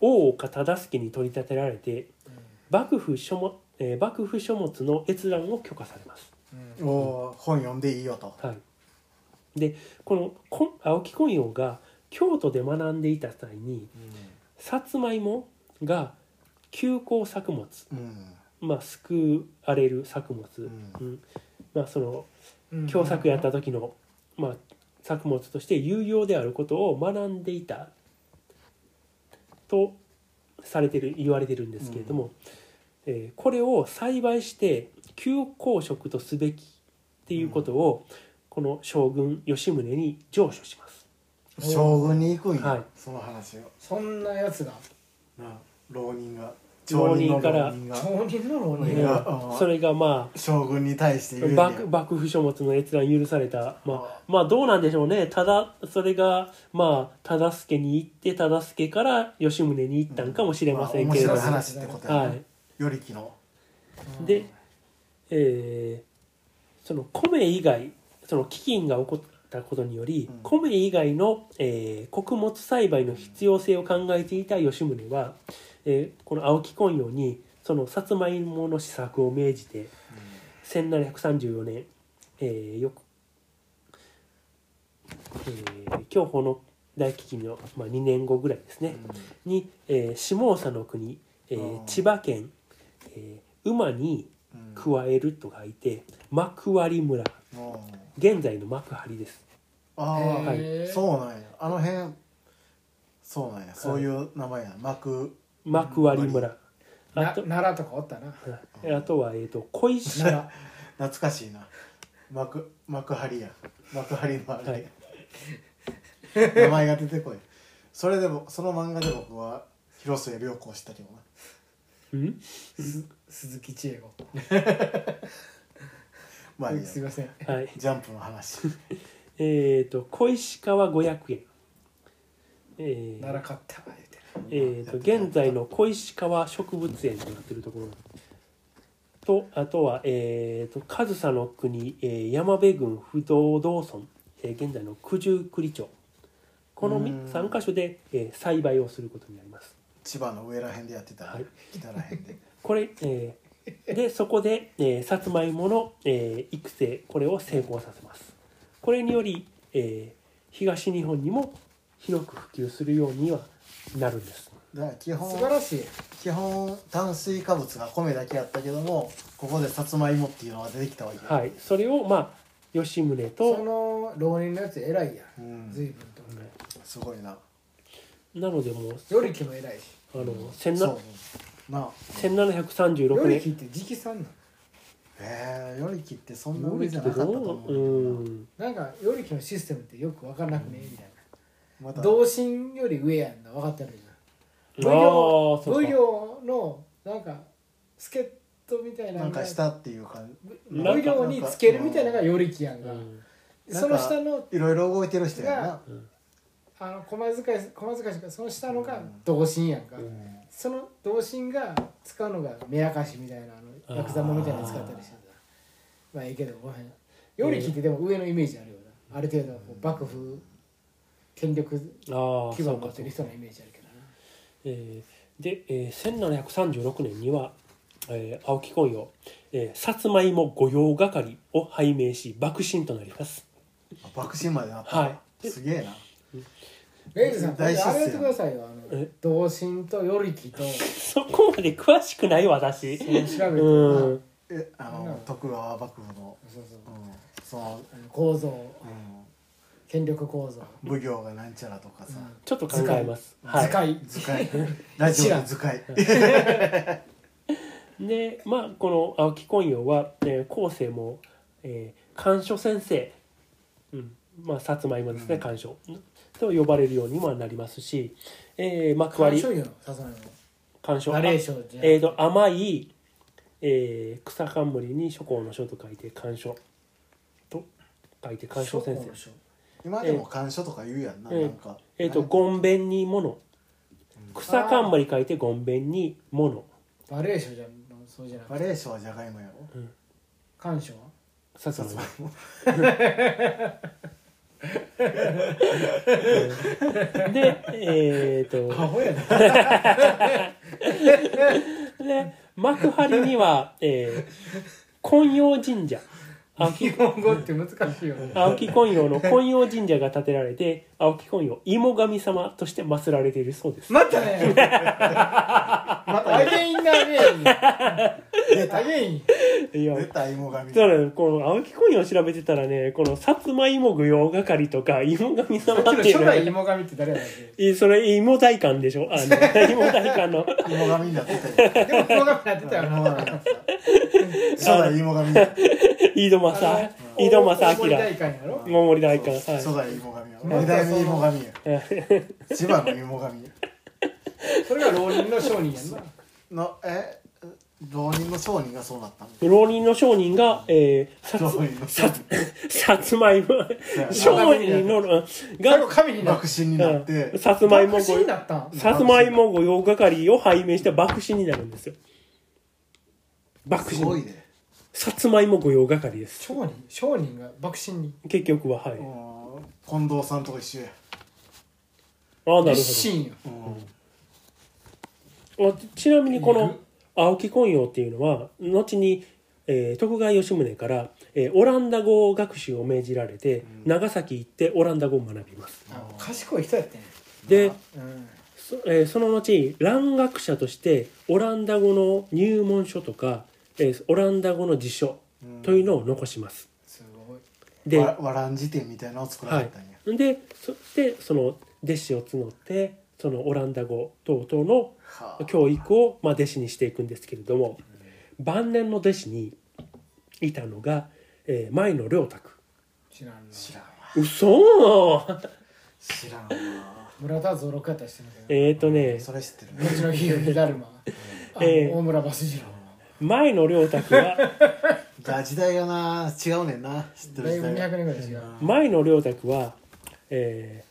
Speaker 3: 大岡忠相に取り立てられて幕府書物、えー幕府書物の閲覧を許可されます。
Speaker 2: ゃ
Speaker 1: おおー本読んでいいよと
Speaker 3: はい、でこのこ青木昆陽が京都で学んでいた際にさつまいもが休耕作物、
Speaker 1: うん
Speaker 3: まあ、救われる作物、
Speaker 1: う
Speaker 3: うんまあ、その
Speaker 2: ん
Speaker 3: 共作やった時の、まあ、作物として有用であることを学んでいたとされてる言われてるんですけれども、えーこれを栽培して休耕食とすべきっていうことを、この将軍吉宗に上書します。
Speaker 1: 将軍に行くんや、
Speaker 3: はい
Speaker 1: その話を
Speaker 2: そんなやつが
Speaker 1: な浪人が
Speaker 3: 浪人か
Speaker 1: 町
Speaker 3: ら
Speaker 1: 人の浪
Speaker 2: 町人の浪
Speaker 1: 人
Speaker 2: 人
Speaker 3: ね
Speaker 1: がうん
Speaker 3: それがまあ
Speaker 1: 将軍に対して言うんや
Speaker 3: 幕幕府書物の閲覧許された、まあ、まあどうなんでしょうねただそれがまあ忠相に行って忠相から吉宗に行ったんかもしれませんけれども、
Speaker 1: まあ面白い話ってことや
Speaker 3: は
Speaker 1: ね
Speaker 3: い
Speaker 1: よりきの
Speaker 3: で、えーその米以外その飢饉が起こったことにより、
Speaker 1: うん
Speaker 3: 米以外の、えー穀物栽培の必要性を考えていた吉宗は、えーこの青木昆陽にそのさつまいもの施策を命じて1734年、えーよく、えー享保の大飢饉の、まあ、2年後ぐらいですね、に、えー下総の国、えー
Speaker 1: うん
Speaker 3: 千葉県、えー馬に
Speaker 1: うん
Speaker 3: 加えると書いて幕張村
Speaker 1: うん
Speaker 3: 現在の幕張です
Speaker 1: ああ、
Speaker 2: へー
Speaker 1: そうなんやあの辺そうなんやそういう名前や幕
Speaker 3: 幕張村あ
Speaker 2: な
Speaker 3: と
Speaker 2: 奈良とかおったな
Speaker 3: ああとは、えー、と小石
Speaker 2: 奈良
Speaker 1: 懐かしいな幕幕張や幕張のあれ、
Speaker 3: はい
Speaker 1: 名前が出てこいそれでもその漫画で僕は広末涼子をしたけどな
Speaker 3: うん
Speaker 2: す鈴木千恵子
Speaker 1: まあいいや
Speaker 2: すいません
Speaker 3: はい
Speaker 1: ジャンプの話
Speaker 3: えっ、と小石川五百円え
Speaker 2: 奈
Speaker 3: ー
Speaker 2: 良買った言うて
Speaker 3: えー、と現在の小石川植物園となってるところとあとは、えー、と上総の国、えー山辺郡不動道村、えー現在の九十九里町この
Speaker 1: うん
Speaker 3: 3か所で、えー栽培をすることになります
Speaker 1: 千葉の上らへんでやってたら、
Speaker 3: はい
Speaker 1: 北らへんで
Speaker 3: これ、えーでそこで、えーさつまいもの、えー育成これを成功させますこれにより、えー東日本にも広く普及するようにはなるんです
Speaker 1: だから基
Speaker 2: 素晴
Speaker 1: 本
Speaker 2: らしい
Speaker 1: 基本炭水化物が米だけやったけどもここでさつまいもっていうのが出てきたわけや、
Speaker 3: はい、それをまあ吉宗
Speaker 2: そ
Speaker 3: と
Speaker 2: の浪人のやつ偉いや
Speaker 1: うんん、
Speaker 2: 随分と
Speaker 1: すごいな
Speaker 3: なのでもう
Speaker 2: よりきも偉いし
Speaker 3: あの千
Speaker 1: そ
Speaker 3: な
Speaker 1: うなあ
Speaker 3: 1736
Speaker 2: よりき
Speaker 3: 年
Speaker 2: って直さんな
Speaker 1: ええー、よりきってそんな
Speaker 3: よ
Speaker 1: 上
Speaker 3: り
Speaker 1: じ
Speaker 3: き
Speaker 1: ゃ
Speaker 3: って
Speaker 1: なかったと
Speaker 3: ど
Speaker 1: 思
Speaker 3: う
Speaker 1: うけどな
Speaker 3: うん
Speaker 2: のなんかよりきのシステムってよく分からなくねみたい
Speaker 1: ま
Speaker 2: な
Speaker 1: た
Speaker 2: 同心より上やんな分かってるじゃん
Speaker 3: あ
Speaker 2: 奉行
Speaker 3: ーそ
Speaker 2: 奉
Speaker 3: うか
Speaker 2: 行のなんか助っ人みたいな
Speaker 1: なんかしたっていう感
Speaker 2: 奉行につけるみたいなのがよりきやん
Speaker 3: う
Speaker 2: が
Speaker 3: ん
Speaker 1: なんか
Speaker 2: その下の
Speaker 1: じいろいろ動いてる人やな
Speaker 2: あの駒遣い駒遣いしかその下のが同心やんか、
Speaker 1: うん
Speaker 2: その同心が使うのが目明かしみたいなあのヤクザもみたいなの使ったりしてたまあいいけどごめんより聞いてでも上のイメージあるよなある程度こう幕府権力
Speaker 3: あー
Speaker 2: 基
Speaker 3: そ
Speaker 2: 盤
Speaker 3: う
Speaker 2: 持
Speaker 3: か
Speaker 2: ってる人のイメージあるけどな
Speaker 3: えーで、えー1736年には、えー青木昆陽、えー、薩摩芋御用係を拝命し幕臣となります
Speaker 1: あ爆心までなった、
Speaker 3: はいです
Speaker 1: げえな
Speaker 2: レイジさんこれ
Speaker 1: 大出世
Speaker 2: あれやってくださいよあの
Speaker 3: え
Speaker 2: 同心とよりきと
Speaker 3: そこまで詳しくない私
Speaker 2: 調べてな
Speaker 3: うん
Speaker 1: えあの徳川幕府の、
Speaker 2: そうそう
Speaker 1: うん、その、
Speaker 2: あの構造
Speaker 1: う
Speaker 2: 権力構造、
Speaker 1: ん、奉行がなんちゃらとかさ、
Speaker 3: ちょっと考えます
Speaker 2: は、
Speaker 3: はいい
Speaker 2: 図解
Speaker 1: 図 解ラジオの図解
Speaker 3: でまあこの青木昆陽は、えー後世も、えー、甘藷先生、うんまあ、薩摩芋ですね、
Speaker 1: うん
Speaker 3: 甘藷と呼ばれるようにもなりますし、えー、幕
Speaker 2: 割
Speaker 3: 張
Speaker 2: り鑑賞よさすがに
Speaker 3: 甘藷
Speaker 2: ナレーションじゃなくて
Speaker 3: えー、と甘い、えー草冠に諸侯の書と書いて甘藷と書いて甘藷
Speaker 2: 諸
Speaker 3: 先
Speaker 2: 侯の
Speaker 3: 生
Speaker 2: 書
Speaker 1: 今でも鑑賞とか言うやんな、
Speaker 3: ええ
Speaker 1: なんか
Speaker 3: えーと権弁に物
Speaker 1: うん
Speaker 3: 草冠書いて権弁に物
Speaker 2: バレー賞じゃんそうじゃなく
Speaker 1: バ
Speaker 2: て
Speaker 1: レー賞はじゃがいもやろ
Speaker 2: 鑑賞は
Speaker 3: 薩
Speaker 1: さ
Speaker 3: 摩
Speaker 1: つ
Speaker 3: 芋
Speaker 1: まいも
Speaker 3: でえっ、と
Speaker 2: ホやな
Speaker 3: で幕張には、えー、金陽神社青木
Speaker 2: 日本語って難しいよね
Speaker 3: 青木金陽の金陽神社が建てられて青木金陽芋神様として祀られているそうです
Speaker 2: またねまたアゲインだアゲインアゲイン
Speaker 3: いや
Speaker 1: 出た芋神
Speaker 3: だからこの青木昆陽を調べてたらねこの薩摩芋御用係とか芋神
Speaker 2: さっ
Speaker 3: 様
Speaker 2: きの
Speaker 3: っていう
Speaker 2: 初
Speaker 3: の
Speaker 2: 代
Speaker 3: が
Speaker 2: 芋神って誰だっ
Speaker 3: えそれ芋大官でしょあの芋大官の
Speaker 1: 芋神になってたよ
Speaker 2: けでも芋神やってたよ
Speaker 1: 芋
Speaker 2: な
Speaker 1: 神になってた初代芋神だった
Speaker 3: 井戸正井戸正
Speaker 2: 大
Speaker 3: 明
Speaker 2: 大官や ろ
Speaker 3: 桃森大官はい
Speaker 1: 初代芋神や
Speaker 2: ま
Speaker 1: 二
Speaker 2: た
Speaker 1: 代
Speaker 2: その
Speaker 1: 目芋神や千葉の芋神
Speaker 2: それが浪人の商人やんな
Speaker 1: のえ浪人の商人がそうなったの
Speaker 3: 浪人の商人が、えー、さ
Speaker 1: 浪
Speaker 3: つ
Speaker 1: 人の商
Speaker 3: さ
Speaker 1: 人
Speaker 3: つさつまいも
Speaker 1: や
Speaker 3: 商人のが
Speaker 2: 最後神になっ
Speaker 1: 幕臣になっ
Speaker 3: う
Speaker 1: て
Speaker 3: んさつ
Speaker 2: た
Speaker 3: まいも
Speaker 2: 幕臣に
Speaker 3: 御
Speaker 2: なったん
Speaker 3: さつまいも御用係を拝命して幕臣になるんですよ幕
Speaker 1: すごい
Speaker 3: 臣
Speaker 1: ね
Speaker 3: さつまいも御用係です
Speaker 2: 商人商人が幕臣に
Speaker 3: 結局ははい
Speaker 1: うん近藤さんとか一緒や
Speaker 3: ああなる
Speaker 2: 一心
Speaker 3: ほ
Speaker 2: よ
Speaker 1: うん
Speaker 3: どあちなみにこ
Speaker 2: いる
Speaker 3: の青木昆陽っていうのは後に、えー徳川吉宗から、えーオランダ語学習を命じられて、長崎行ってオランダ語を学びます
Speaker 2: あの賢い人やってん
Speaker 3: で、
Speaker 2: うん
Speaker 3: そえーその後蘭学者としてオランダ語の入門書とか、えーオランダ語の辞書というのを残します、
Speaker 2: すごい
Speaker 3: で
Speaker 1: わわらん辞典みたいなのを作ら
Speaker 3: は
Speaker 1: れ
Speaker 3: い
Speaker 1: たんや、
Speaker 3: でそしてその弟子を募ってそのオランダ語等々の
Speaker 1: はあ
Speaker 3: 教育をまあ弟子にしていくんですけれども晩年の弟子にいたのが、えー前野良拓
Speaker 2: 知らんな
Speaker 1: 知らんわ
Speaker 3: うそー
Speaker 1: 知らんわ
Speaker 2: 村田ゾロクやったりしてるけ
Speaker 3: えっとね
Speaker 1: それ知ってる
Speaker 2: どうちのヒーローだるまあの
Speaker 3: ええ
Speaker 2: 大村バス次郎
Speaker 3: 前野良拓は
Speaker 1: だ時代がな違うねんな知ってる
Speaker 2: だい
Speaker 1: 時
Speaker 2: ぶ
Speaker 1: 代
Speaker 2: 200
Speaker 1: が
Speaker 2: 年ぐらい違う
Speaker 3: 前野良拓は、えー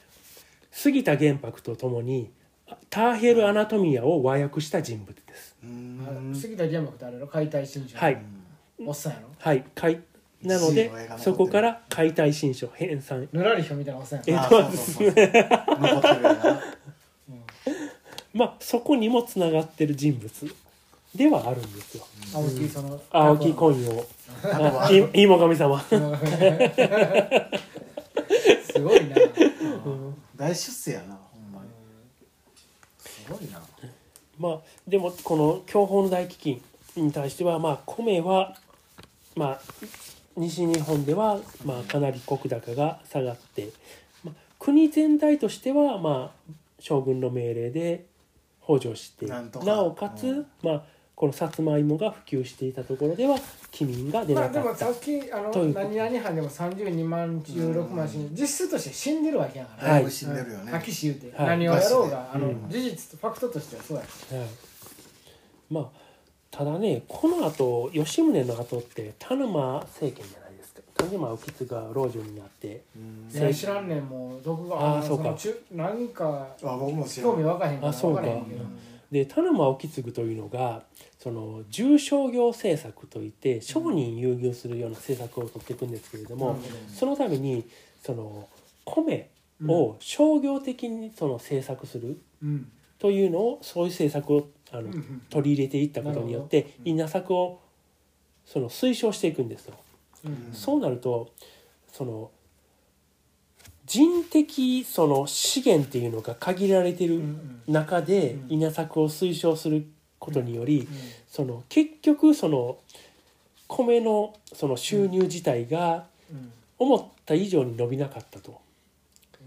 Speaker 3: 杉田玄白とともに「ターヘル・アナトミア」を和訳した人物です。
Speaker 1: う
Speaker 2: あ
Speaker 1: ん
Speaker 2: 杉田玄幕ってあれやろ解体新書
Speaker 3: はい
Speaker 2: おっさんやろ
Speaker 3: はい、かいなの
Speaker 1: 一位
Speaker 3: で
Speaker 1: の映画残ってる
Speaker 3: そこから「解体新書」編纂
Speaker 2: ぬらりひょみたいなおっさんや
Speaker 3: え
Speaker 2: ろ
Speaker 1: あそうそうそうそう残ってるよな
Speaker 3: まあそこにもつながってる人物ではあるんですよ
Speaker 2: 青木その
Speaker 3: 青木昆陽
Speaker 1: あと は
Speaker 3: 芋神様
Speaker 2: すごいな
Speaker 1: 大出世やなほんまにすごいな
Speaker 3: まあでもこの享保の大飢饉に対してはまあ米はまあ西日本ではまあかなり国高が下がって、まあ、国全体としてはまあ将軍の命令で補助して
Speaker 1: な
Speaker 3: なん
Speaker 1: とか
Speaker 3: おかつ、
Speaker 1: うん
Speaker 3: まあこのさつまいもが普及していたところでは機民が出
Speaker 2: ま
Speaker 3: な
Speaker 2: あで
Speaker 3: か
Speaker 2: も
Speaker 3: った、
Speaker 2: さっきあの
Speaker 3: ということ
Speaker 2: 何々班でも32万16万死ん実質として死んでるわけやから
Speaker 1: だいぶ死んでるよね、
Speaker 2: 泣きし言うて、
Speaker 3: はい
Speaker 2: 何をやろうが、あ
Speaker 3: う
Speaker 2: の
Speaker 3: ん
Speaker 2: 事実とファクトとしてはそうやし
Speaker 3: はい、まあただねこの後吉宗の後って田沼政権じゃないですか田沼浮津が老女になって
Speaker 1: うん
Speaker 3: せ
Speaker 2: いや知らんねんもう毒が
Speaker 3: あーそうか
Speaker 2: の中なんか
Speaker 1: あ僕も知ら
Speaker 2: 興味
Speaker 1: ん
Speaker 2: わかへんから
Speaker 3: あそう
Speaker 2: 分
Speaker 3: か
Speaker 2: からへんけど
Speaker 3: で田沼意次というのがその重商業政策といって商人優遇するような政策を取っていくんですけれども、そのためにその米を商業的にその政策する
Speaker 2: うん
Speaker 3: というのをそういう政策をあ
Speaker 2: う
Speaker 3: の
Speaker 2: んうん
Speaker 3: 取り入れていったことによって稲作をその推奨していくんですよ。
Speaker 2: うん
Speaker 3: そうなるとその人的その資源っていうのが限られて
Speaker 2: うんう
Speaker 3: る
Speaker 2: ん
Speaker 3: 中で
Speaker 2: うん
Speaker 3: 稲作を推奨することにより、
Speaker 2: うん
Speaker 3: その結局その米のその収入自体が
Speaker 2: うん
Speaker 3: 思った以上に伸びなかったと。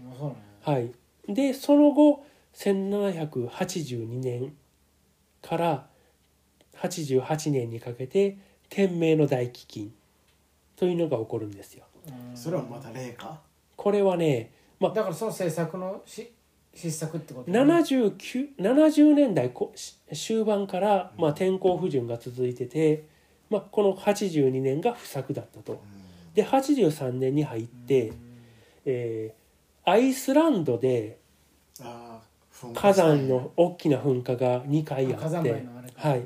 Speaker 2: まあそうなんや
Speaker 3: はい、でその後1782年から88年にかけて天明の大飢饉というのが起こるんですよ。
Speaker 2: うん
Speaker 1: それはまた霊か
Speaker 3: これはね、まあ、
Speaker 2: だからその政策のし失策ってことね
Speaker 3: 79 70年代こし終盤から、まあ、天候不順が続いてて、まあ、この82年が不作だったと。で83年に入って、えーアイスランドで
Speaker 1: あー噴
Speaker 3: 火
Speaker 1: 火
Speaker 3: 山の大きな噴火が2回あ
Speaker 2: 火
Speaker 3: っ
Speaker 2: 山灰
Speaker 3: て
Speaker 2: のあれか
Speaker 3: はい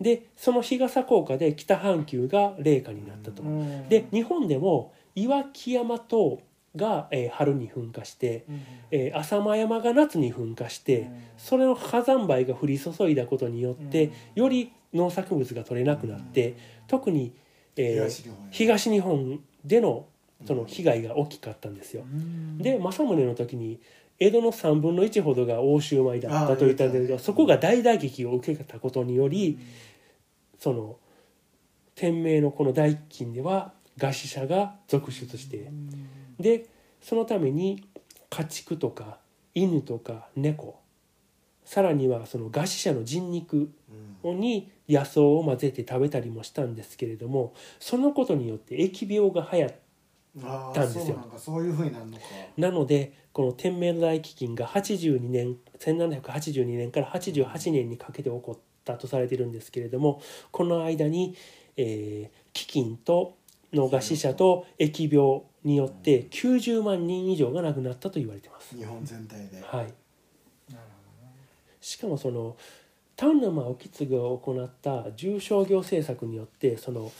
Speaker 3: でその日傘効果で北半球が冷夏になったと。
Speaker 2: うん
Speaker 3: で日本でも岩木山等が、えー春に噴火して、
Speaker 2: うん
Speaker 3: えー浅間山が夏に噴火して、
Speaker 2: うん
Speaker 3: それの火山灰が降り注いだことによって、より農作物が取れなくなって、特に、え
Speaker 1: 東
Speaker 3: ー
Speaker 1: 日本や
Speaker 3: 東日本でのその被害が大きかったんですよ。
Speaker 2: うん
Speaker 3: で政宗の時に江戸の3分の1ほどが欧州米だったと言ったんです
Speaker 1: あ
Speaker 3: が
Speaker 1: あ
Speaker 3: そこが大打撃を受けたことにより、その天明のこの大飢饉では餓死者が続出して、
Speaker 2: うん
Speaker 3: でそのために家畜とか犬とか猫さらにはその餓死者の人肉
Speaker 1: うん
Speaker 3: に野草を混ぜて食べたりもしたんですけれどもそのことによって疫病が流行っ
Speaker 1: あ
Speaker 3: た
Speaker 1: あ
Speaker 3: んです
Speaker 1: そう
Speaker 3: よ
Speaker 1: なんかそういうふうになるのか
Speaker 3: なのでこの天明の大飢饉が82年1782年から88年にかけて起こっったとされているんですけれどもこの間に、えー飢饉との餓死者と疫病によって90万人以上が亡くなったと言われています。
Speaker 1: 日本全体で
Speaker 3: はい、
Speaker 2: なる
Speaker 3: しかもその田沼意次が行った重商業政策によってその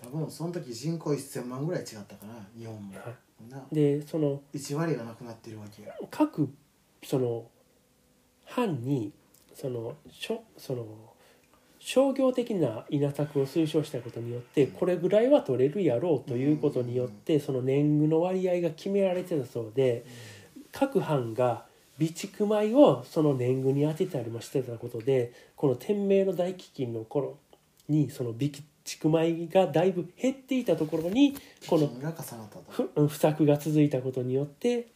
Speaker 1: 多分その時人口1000万ぐらい違ったかな日本も
Speaker 3: は
Speaker 1: な
Speaker 3: でその
Speaker 1: 1割がなくなってるわけや
Speaker 3: 各その藩にそのしょその商業的な稲作を推奨したことによってこれぐらいは取れるやろうということによってその年貢の割合が決められてたそうで各藩が備蓄米をその年貢に当てたりもしてたことでこの天明の大飢饉の頃にその備蓄米がだいぶ減っていたところにこの
Speaker 1: 金が重なったと
Speaker 3: ふ不作が続いたことによって、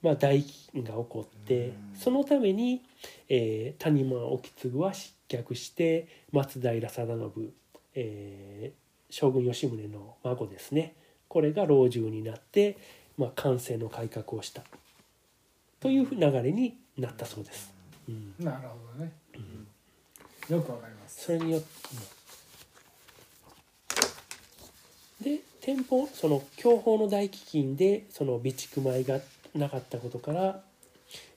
Speaker 3: まあ、大飢饉が起こって
Speaker 1: うん
Speaker 3: そのために、えー谷間意次は失脚して松平定信、えー将軍吉宗の孫ですねこれが老中になって、まあ、寛政の改革をしたという流れになったそうです。うん
Speaker 2: ほどなるほどね、よくわかります
Speaker 3: それによってで店舗その享保の大飢饉でその備蓄米がなかったことから、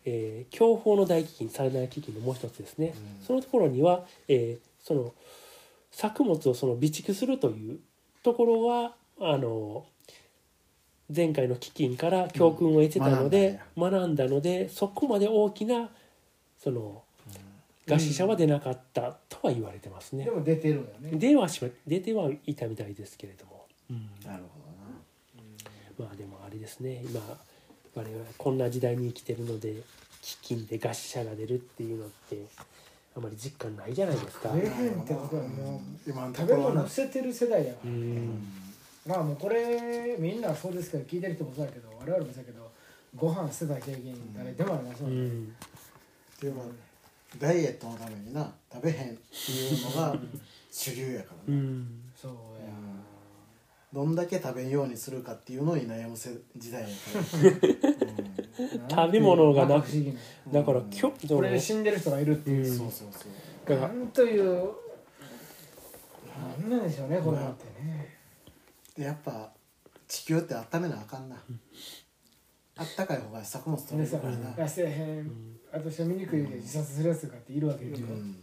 Speaker 3: えー、享保の大飢饉最大飢饉のもう一つですね、
Speaker 1: うん
Speaker 3: そのところには、えーその作物をその備蓄するというところはあの前回の飢饉から教訓を得てたので、学んだのでそこまで大きなその餓死者は出なかったとは言われてますね
Speaker 2: で。も出てるよね
Speaker 3: 出はしま出てはいたみたいですけれども、
Speaker 1: なるほ
Speaker 3: まあでもあれですね今我々こんな時代に生きてるので飢饉で餓死者が出るっていうのってあまり実感ないじゃないですか。
Speaker 1: どな
Speaker 2: ねえへんってことはも
Speaker 1: う今のと
Speaker 2: 食
Speaker 1: こ
Speaker 2: べ
Speaker 1: ろは
Speaker 2: 物
Speaker 1: な
Speaker 2: を捨ててる世代やか
Speaker 3: う
Speaker 2: ら、
Speaker 3: ん
Speaker 2: まあもうこれみんなそうですけど聞いてる人もそうやけど我々もそうやけどご飯捨てた経験誰でもあります
Speaker 3: う
Speaker 2: もんね、
Speaker 3: ん
Speaker 1: でもダイエットのためにな食べへんっていうのが主流やから
Speaker 3: う
Speaker 1: な、
Speaker 3: ん
Speaker 2: そうや、
Speaker 1: うんどんだけ食べんようにするかっていうのに悩むせ時代やから、うん
Speaker 3: 食べ物がな
Speaker 2: なんていうのか不思議な
Speaker 3: だからきょ
Speaker 2: これで死んでる人がいるっていう、
Speaker 3: うん
Speaker 1: そうそうそう
Speaker 3: だ
Speaker 2: な
Speaker 3: から
Speaker 2: んというなんなんでしょうねこれってね、
Speaker 1: でやっぱ地球って温めなあかんな、あったかい方が作物取
Speaker 2: で
Speaker 1: れる
Speaker 2: さ
Speaker 1: からな、
Speaker 2: 痩せへん、
Speaker 3: ん
Speaker 2: あと人見にくいで自殺するやつとかっているわけでしょ、
Speaker 1: うん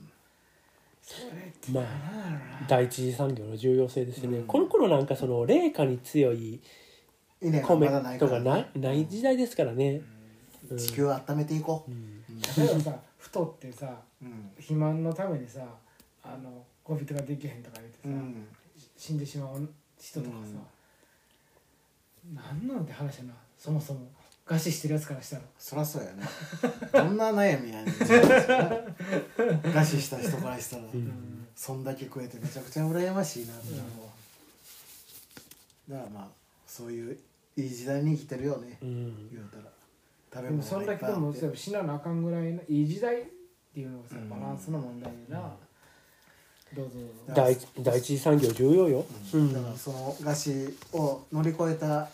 Speaker 2: それって
Speaker 3: ま
Speaker 2: な
Speaker 3: あ
Speaker 2: んやろな
Speaker 3: 第一次産業の重要性ですよね。
Speaker 1: うん
Speaker 3: この頃なんかその冷夏に強い
Speaker 1: 稲がま
Speaker 3: 米
Speaker 1: だないか
Speaker 3: と
Speaker 1: ら
Speaker 3: かないない時代ですからね。うん
Speaker 1: 地球を温めていこう、
Speaker 3: うん
Speaker 2: 例えばさ太ってさ
Speaker 1: うん
Speaker 2: 肥満のためにさあのコンビとかできへんとか言ってさ、
Speaker 1: うん
Speaker 2: 死んでしまう人とかさ、なんなんて話やなそもそも餓死してるやつからしたら
Speaker 1: そりゃそうやねどんな悩みやねん餓 死した人からしたら、
Speaker 3: うん
Speaker 1: そんだけ食えてめちゃくちゃ羨ましいなって思うわ、だからまあそういういい時代に生きてるよね、
Speaker 3: うん
Speaker 1: 言うたら食
Speaker 2: で
Speaker 1: べ
Speaker 2: も
Speaker 1: 物
Speaker 2: そ
Speaker 1: が
Speaker 2: ん
Speaker 1: い
Speaker 2: だ
Speaker 1: っ
Speaker 2: け
Speaker 1: ぱい
Speaker 2: で
Speaker 1: あ
Speaker 2: も
Speaker 1: っ
Speaker 2: そ
Speaker 1: て
Speaker 2: う死ななあかんぐらいのいい時代っていうのがさ
Speaker 1: うん
Speaker 2: バランスの問題でな、どうぞ
Speaker 1: だ
Speaker 3: 第一第一次産業重要よ。う
Speaker 1: だから
Speaker 3: ん
Speaker 1: その餓死を乗り越えた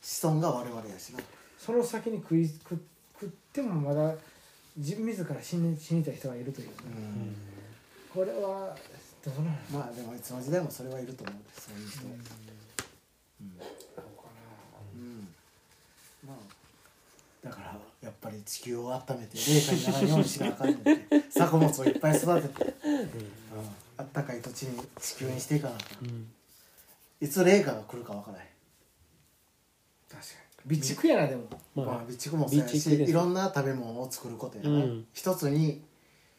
Speaker 1: 子孫が我々やしな
Speaker 2: その先に食い食食ってもまだ自自ら死に死にた人がいるという、
Speaker 1: うん
Speaker 2: これはどうなの
Speaker 1: まあでもいつの時代もそれはいると思うそういう人、うんまあだからやっぱり地球を温めて冷夏にならんようにしなあかんねんて 作物をいっぱい育てて、うんあったかい土地に地球にしていかなあかん
Speaker 3: うん
Speaker 1: いつ冷夏が来るかわからない
Speaker 2: 確かに備蓄やなでも
Speaker 1: まあ
Speaker 3: まあ
Speaker 1: 備蓄もそうや
Speaker 3: 備蓄です
Speaker 1: しいろんな食べ物を作ることやな、
Speaker 3: うん
Speaker 1: 一つに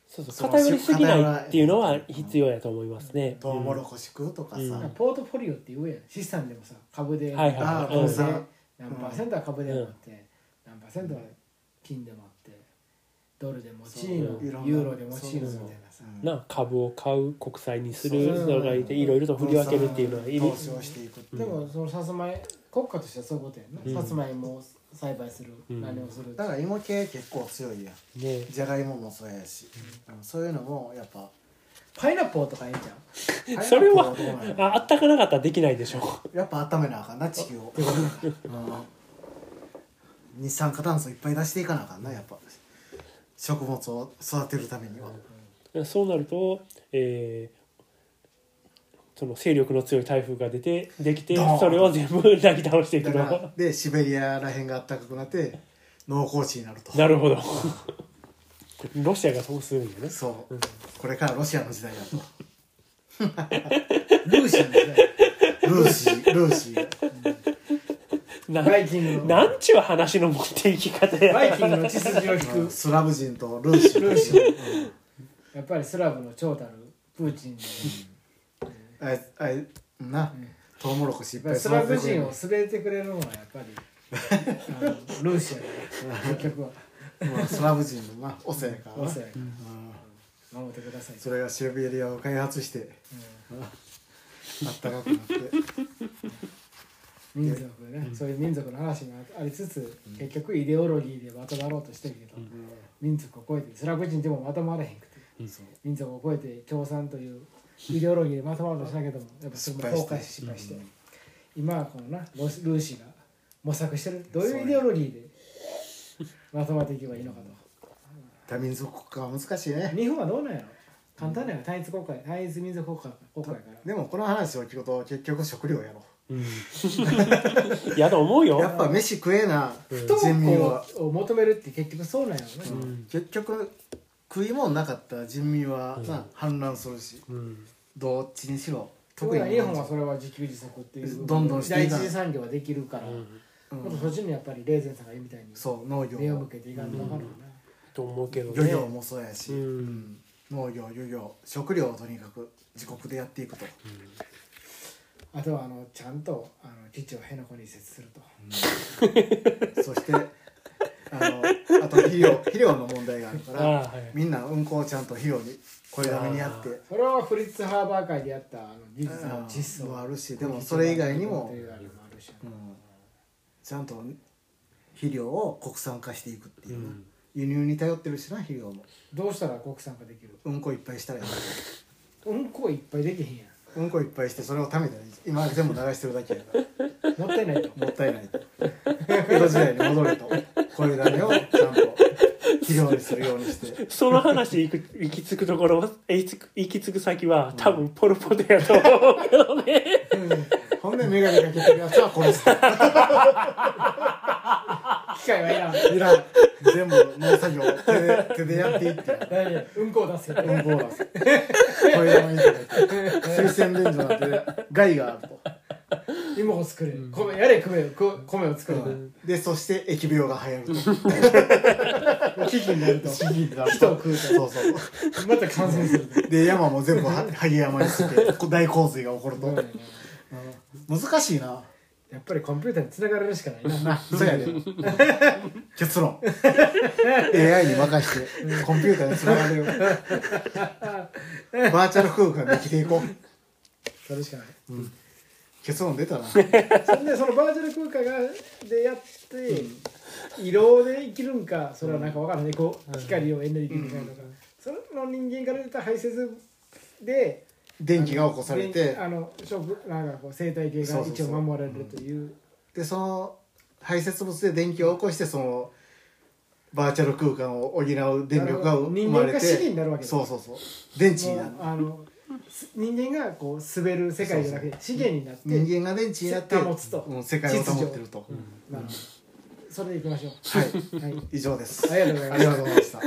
Speaker 3: そうそ
Speaker 1: そうう
Speaker 3: 偏りすぎないっていうのは必要やと思いますね。
Speaker 1: トウモロコシ食うとかさ、
Speaker 3: うん
Speaker 2: なんかポートフォリオって言うやん資産でもさ株で、
Speaker 3: はいはい
Speaker 1: ああ
Speaker 3: はい。
Speaker 1: ど
Speaker 3: う
Speaker 1: うんぞ
Speaker 2: 何パーセントは株でもあって、何パーセントは金でもあってドルでもチー
Speaker 1: そういろんな
Speaker 2: ノユーロでもチー
Speaker 1: そ
Speaker 2: ノみ
Speaker 1: うそう
Speaker 2: たいなさ
Speaker 1: うん
Speaker 3: な株を買う国債にする
Speaker 2: そう
Speaker 3: 人がいていろいろと振り分けるっていうのはいる
Speaker 1: 投資をしていくって
Speaker 2: でもそのさつまい国家としてはそういうことやんな、
Speaker 3: う
Speaker 2: さ
Speaker 3: ん
Speaker 2: つまいもを栽培する、
Speaker 3: うん
Speaker 2: 何をする
Speaker 1: だから芋系結構強いやん
Speaker 3: ね。
Speaker 1: じゃがいももそうやし、うんそういうのもやっぱ
Speaker 2: パイナップルとかええんちゃう
Speaker 3: それは
Speaker 1: パイナップルどうなんやろ
Speaker 3: ああったかなかったらできないでしょ
Speaker 1: やっぱ温めなあかんな地球を、うん、二酸化炭素いっぱい出していかなあかんなやっぱ食物を育てるためには、
Speaker 3: そう なると、えーその勢力の強い台風が出てできて
Speaker 1: ドーン
Speaker 3: それを全部なぎ倒していく
Speaker 1: だから
Speaker 3: の
Speaker 1: でシベリアらへんが暖かくなって農耕地になると
Speaker 3: なるほどロシアがそうするんだね
Speaker 1: そう、これからロシアの時代だとルーシーの時代ルーシールーシー
Speaker 3: な
Speaker 2: バイキングの
Speaker 3: なんちゅう話の持っていき方や
Speaker 2: バイキングの血筋を引く
Speaker 1: スラブ人とルーシールーシー
Speaker 2: やっぱりスラブの長たるプーチンの
Speaker 1: あいあいな、トウモロコシいっぱい
Speaker 2: スラブ
Speaker 1: 育ててくれ
Speaker 2: 人
Speaker 1: る
Speaker 2: を滑ってくれるのはやっぱりあのルーシアだよ結局は
Speaker 1: まあスラブ人のなオセやからな
Speaker 2: お世話やか
Speaker 1: うん
Speaker 2: ら守ってください
Speaker 1: それがシベリアを開発して
Speaker 2: う
Speaker 1: あったかくなって
Speaker 2: ん民族ねそういう民族の話もありつつ結局イデオロギーでまとまろうとしてるけど民族を超えてスラブ人でもまとまらへんくて民族を超えて共産というイデオロギーでまとまろうとしたけどもやっぱそれも崩壊して失敗して今はこのなロスルーシーが模索してるどういうイデオロギーでまとまっていけばいいのかと。
Speaker 1: 多民族国家は難しいね
Speaker 2: 日本はどうなんやろ簡単だよ単一国家単一民族国家国家やから
Speaker 1: でもこの話を聞くと結局食料やろ
Speaker 3: うん、いやと思うよ
Speaker 1: やっぱ飯食えな
Speaker 2: 不
Speaker 1: 人民
Speaker 2: 登
Speaker 1: は
Speaker 2: 校を求めるって結局そうなんやろね、
Speaker 3: ん
Speaker 1: 結局食い物なかったら人民はな反乱するし
Speaker 3: うん
Speaker 1: どっちにしろ
Speaker 2: 特
Speaker 1: 特に
Speaker 2: に日本はそれは自給自足っていう
Speaker 1: どんどんして
Speaker 2: 第
Speaker 1: い
Speaker 2: 一
Speaker 1: かん
Speaker 2: 次産業はできるから、
Speaker 1: うん
Speaker 2: もっとそっちにやっぱりレーゼンさんが言うみたいに
Speaker 1: そう農
Speaker 2: 目を向
Speaker 1: 業
Speaker 2: けていかんと分かるよね、
Speaker 3: と思うけど
Speaker 1: 漁業
Speaker 3: ね
Speaker 1: もそうやし
Speaker 3: うん
Speaker 1: うん農業漁業食料をとにかく自国でやっていくと
Speaker 2: あとはあのちゃんとあの基地を辺野古に移設すると、
Speaker 1: そしてあのあと肥料肥料の問題があるか
Speaker 3: ああ
Speaker 1: ら
Speaker 3: はい
Speaker 1: みんな運行をちゃんと肥料にこれだめにやって
Speaker 3: あ
Speaker 2: それはフリッツ・ハーバー会でやったあの技術の実
Speaker 1: う
Speaker 2: 装
Speaker 1: んもあるしでもそれ以外にも
Speaker 2: それ以外にもあるしね
Speaker 1: うんちゃんと肥料を国産化していくっていううな、
Speaker 3: ん
Speaker 1: 輸入に頼ってるしな肥料も
Speaker 2: どうしたら国産化できる
Speaker 1: うんこいっぱいしたらいい
Speaker 2: うんこいっぱいできへんやん
Speaker 1: うんこいっぱいしてそれをためたらいい今全部流してるだけやから
Speaker 2: もった いないと
Speaker 1: もったいないと江戸時代に戻れとこれだめをちゃんと肥料にするようにして
Speaker 3: その話行く行き着くところ行き着く行き着く先は多分ポル・ポテやと思うけどね
Speaker 1: ほんで眼鏡かけてるやつは殺すと
Speaker 2: 機械はいらん
Speaker 1: いらん全部農作業手で手でやっていいって
Speaker 2: 大丈夫うんこを出せ
Speaker 1: うんこを出すこれだめにして水洗便所なんて害があると。
Speaker 2: 芋を作れ米やれ米をこ米を作れ
Speaker 1: でそして疫病が流行ると
Speaker 2: 危機になると
Speaker 1: 人を食うとそうそう
Speaker 2: また感染する
Speaker 1: で山も全部は萩山にしてこ大洪水が起こると、
Speaker 2: と
Speaker 1: 難しいな
Speaker 2: やっぱりコンピューターに繋がれるし かないな
Speaker 1: なそうやで結 論 AI に任してコンピューターにつながれるバーチャル空間で生きていこう
Speaker 2: それしかない
Speaker 1: 結論出たな
Speaker 2: そんでそのバーチャル空間がでやって移動で生きるんかそれはなんかわからないこう光をエネルギーに変えるのかその人間から出た排泄で
Speaker 1: 電気が起こされて
Speaker 2: あの食なんかこう生態系が一応守られるという
Speaker 1: でその排泄物で電気を起こしてそのバーチャル空間を補う電力が生まれ
Speaker 2: 人間が
Speaker 1: て
Speaker 2: 資源になるわけだ
Speaker 1: そうそうそう電池になる
Speaker 2: もうあのす人間がこう滑る世界じゃなくて資源になって
Speaker 1: 人間が電池になって
Speaker 2: 保つと
Speaker 1: うん、世界を保ってると、
Speaker 2: なるほどそれでいきましょう
Speaker 1: はい
Speaker 2: はい
Speaker 1: 以上です
Speaker 2: ありがとうございま
Speaker 1: あ
Speaker 2: す
Speaker 1: りがとうございました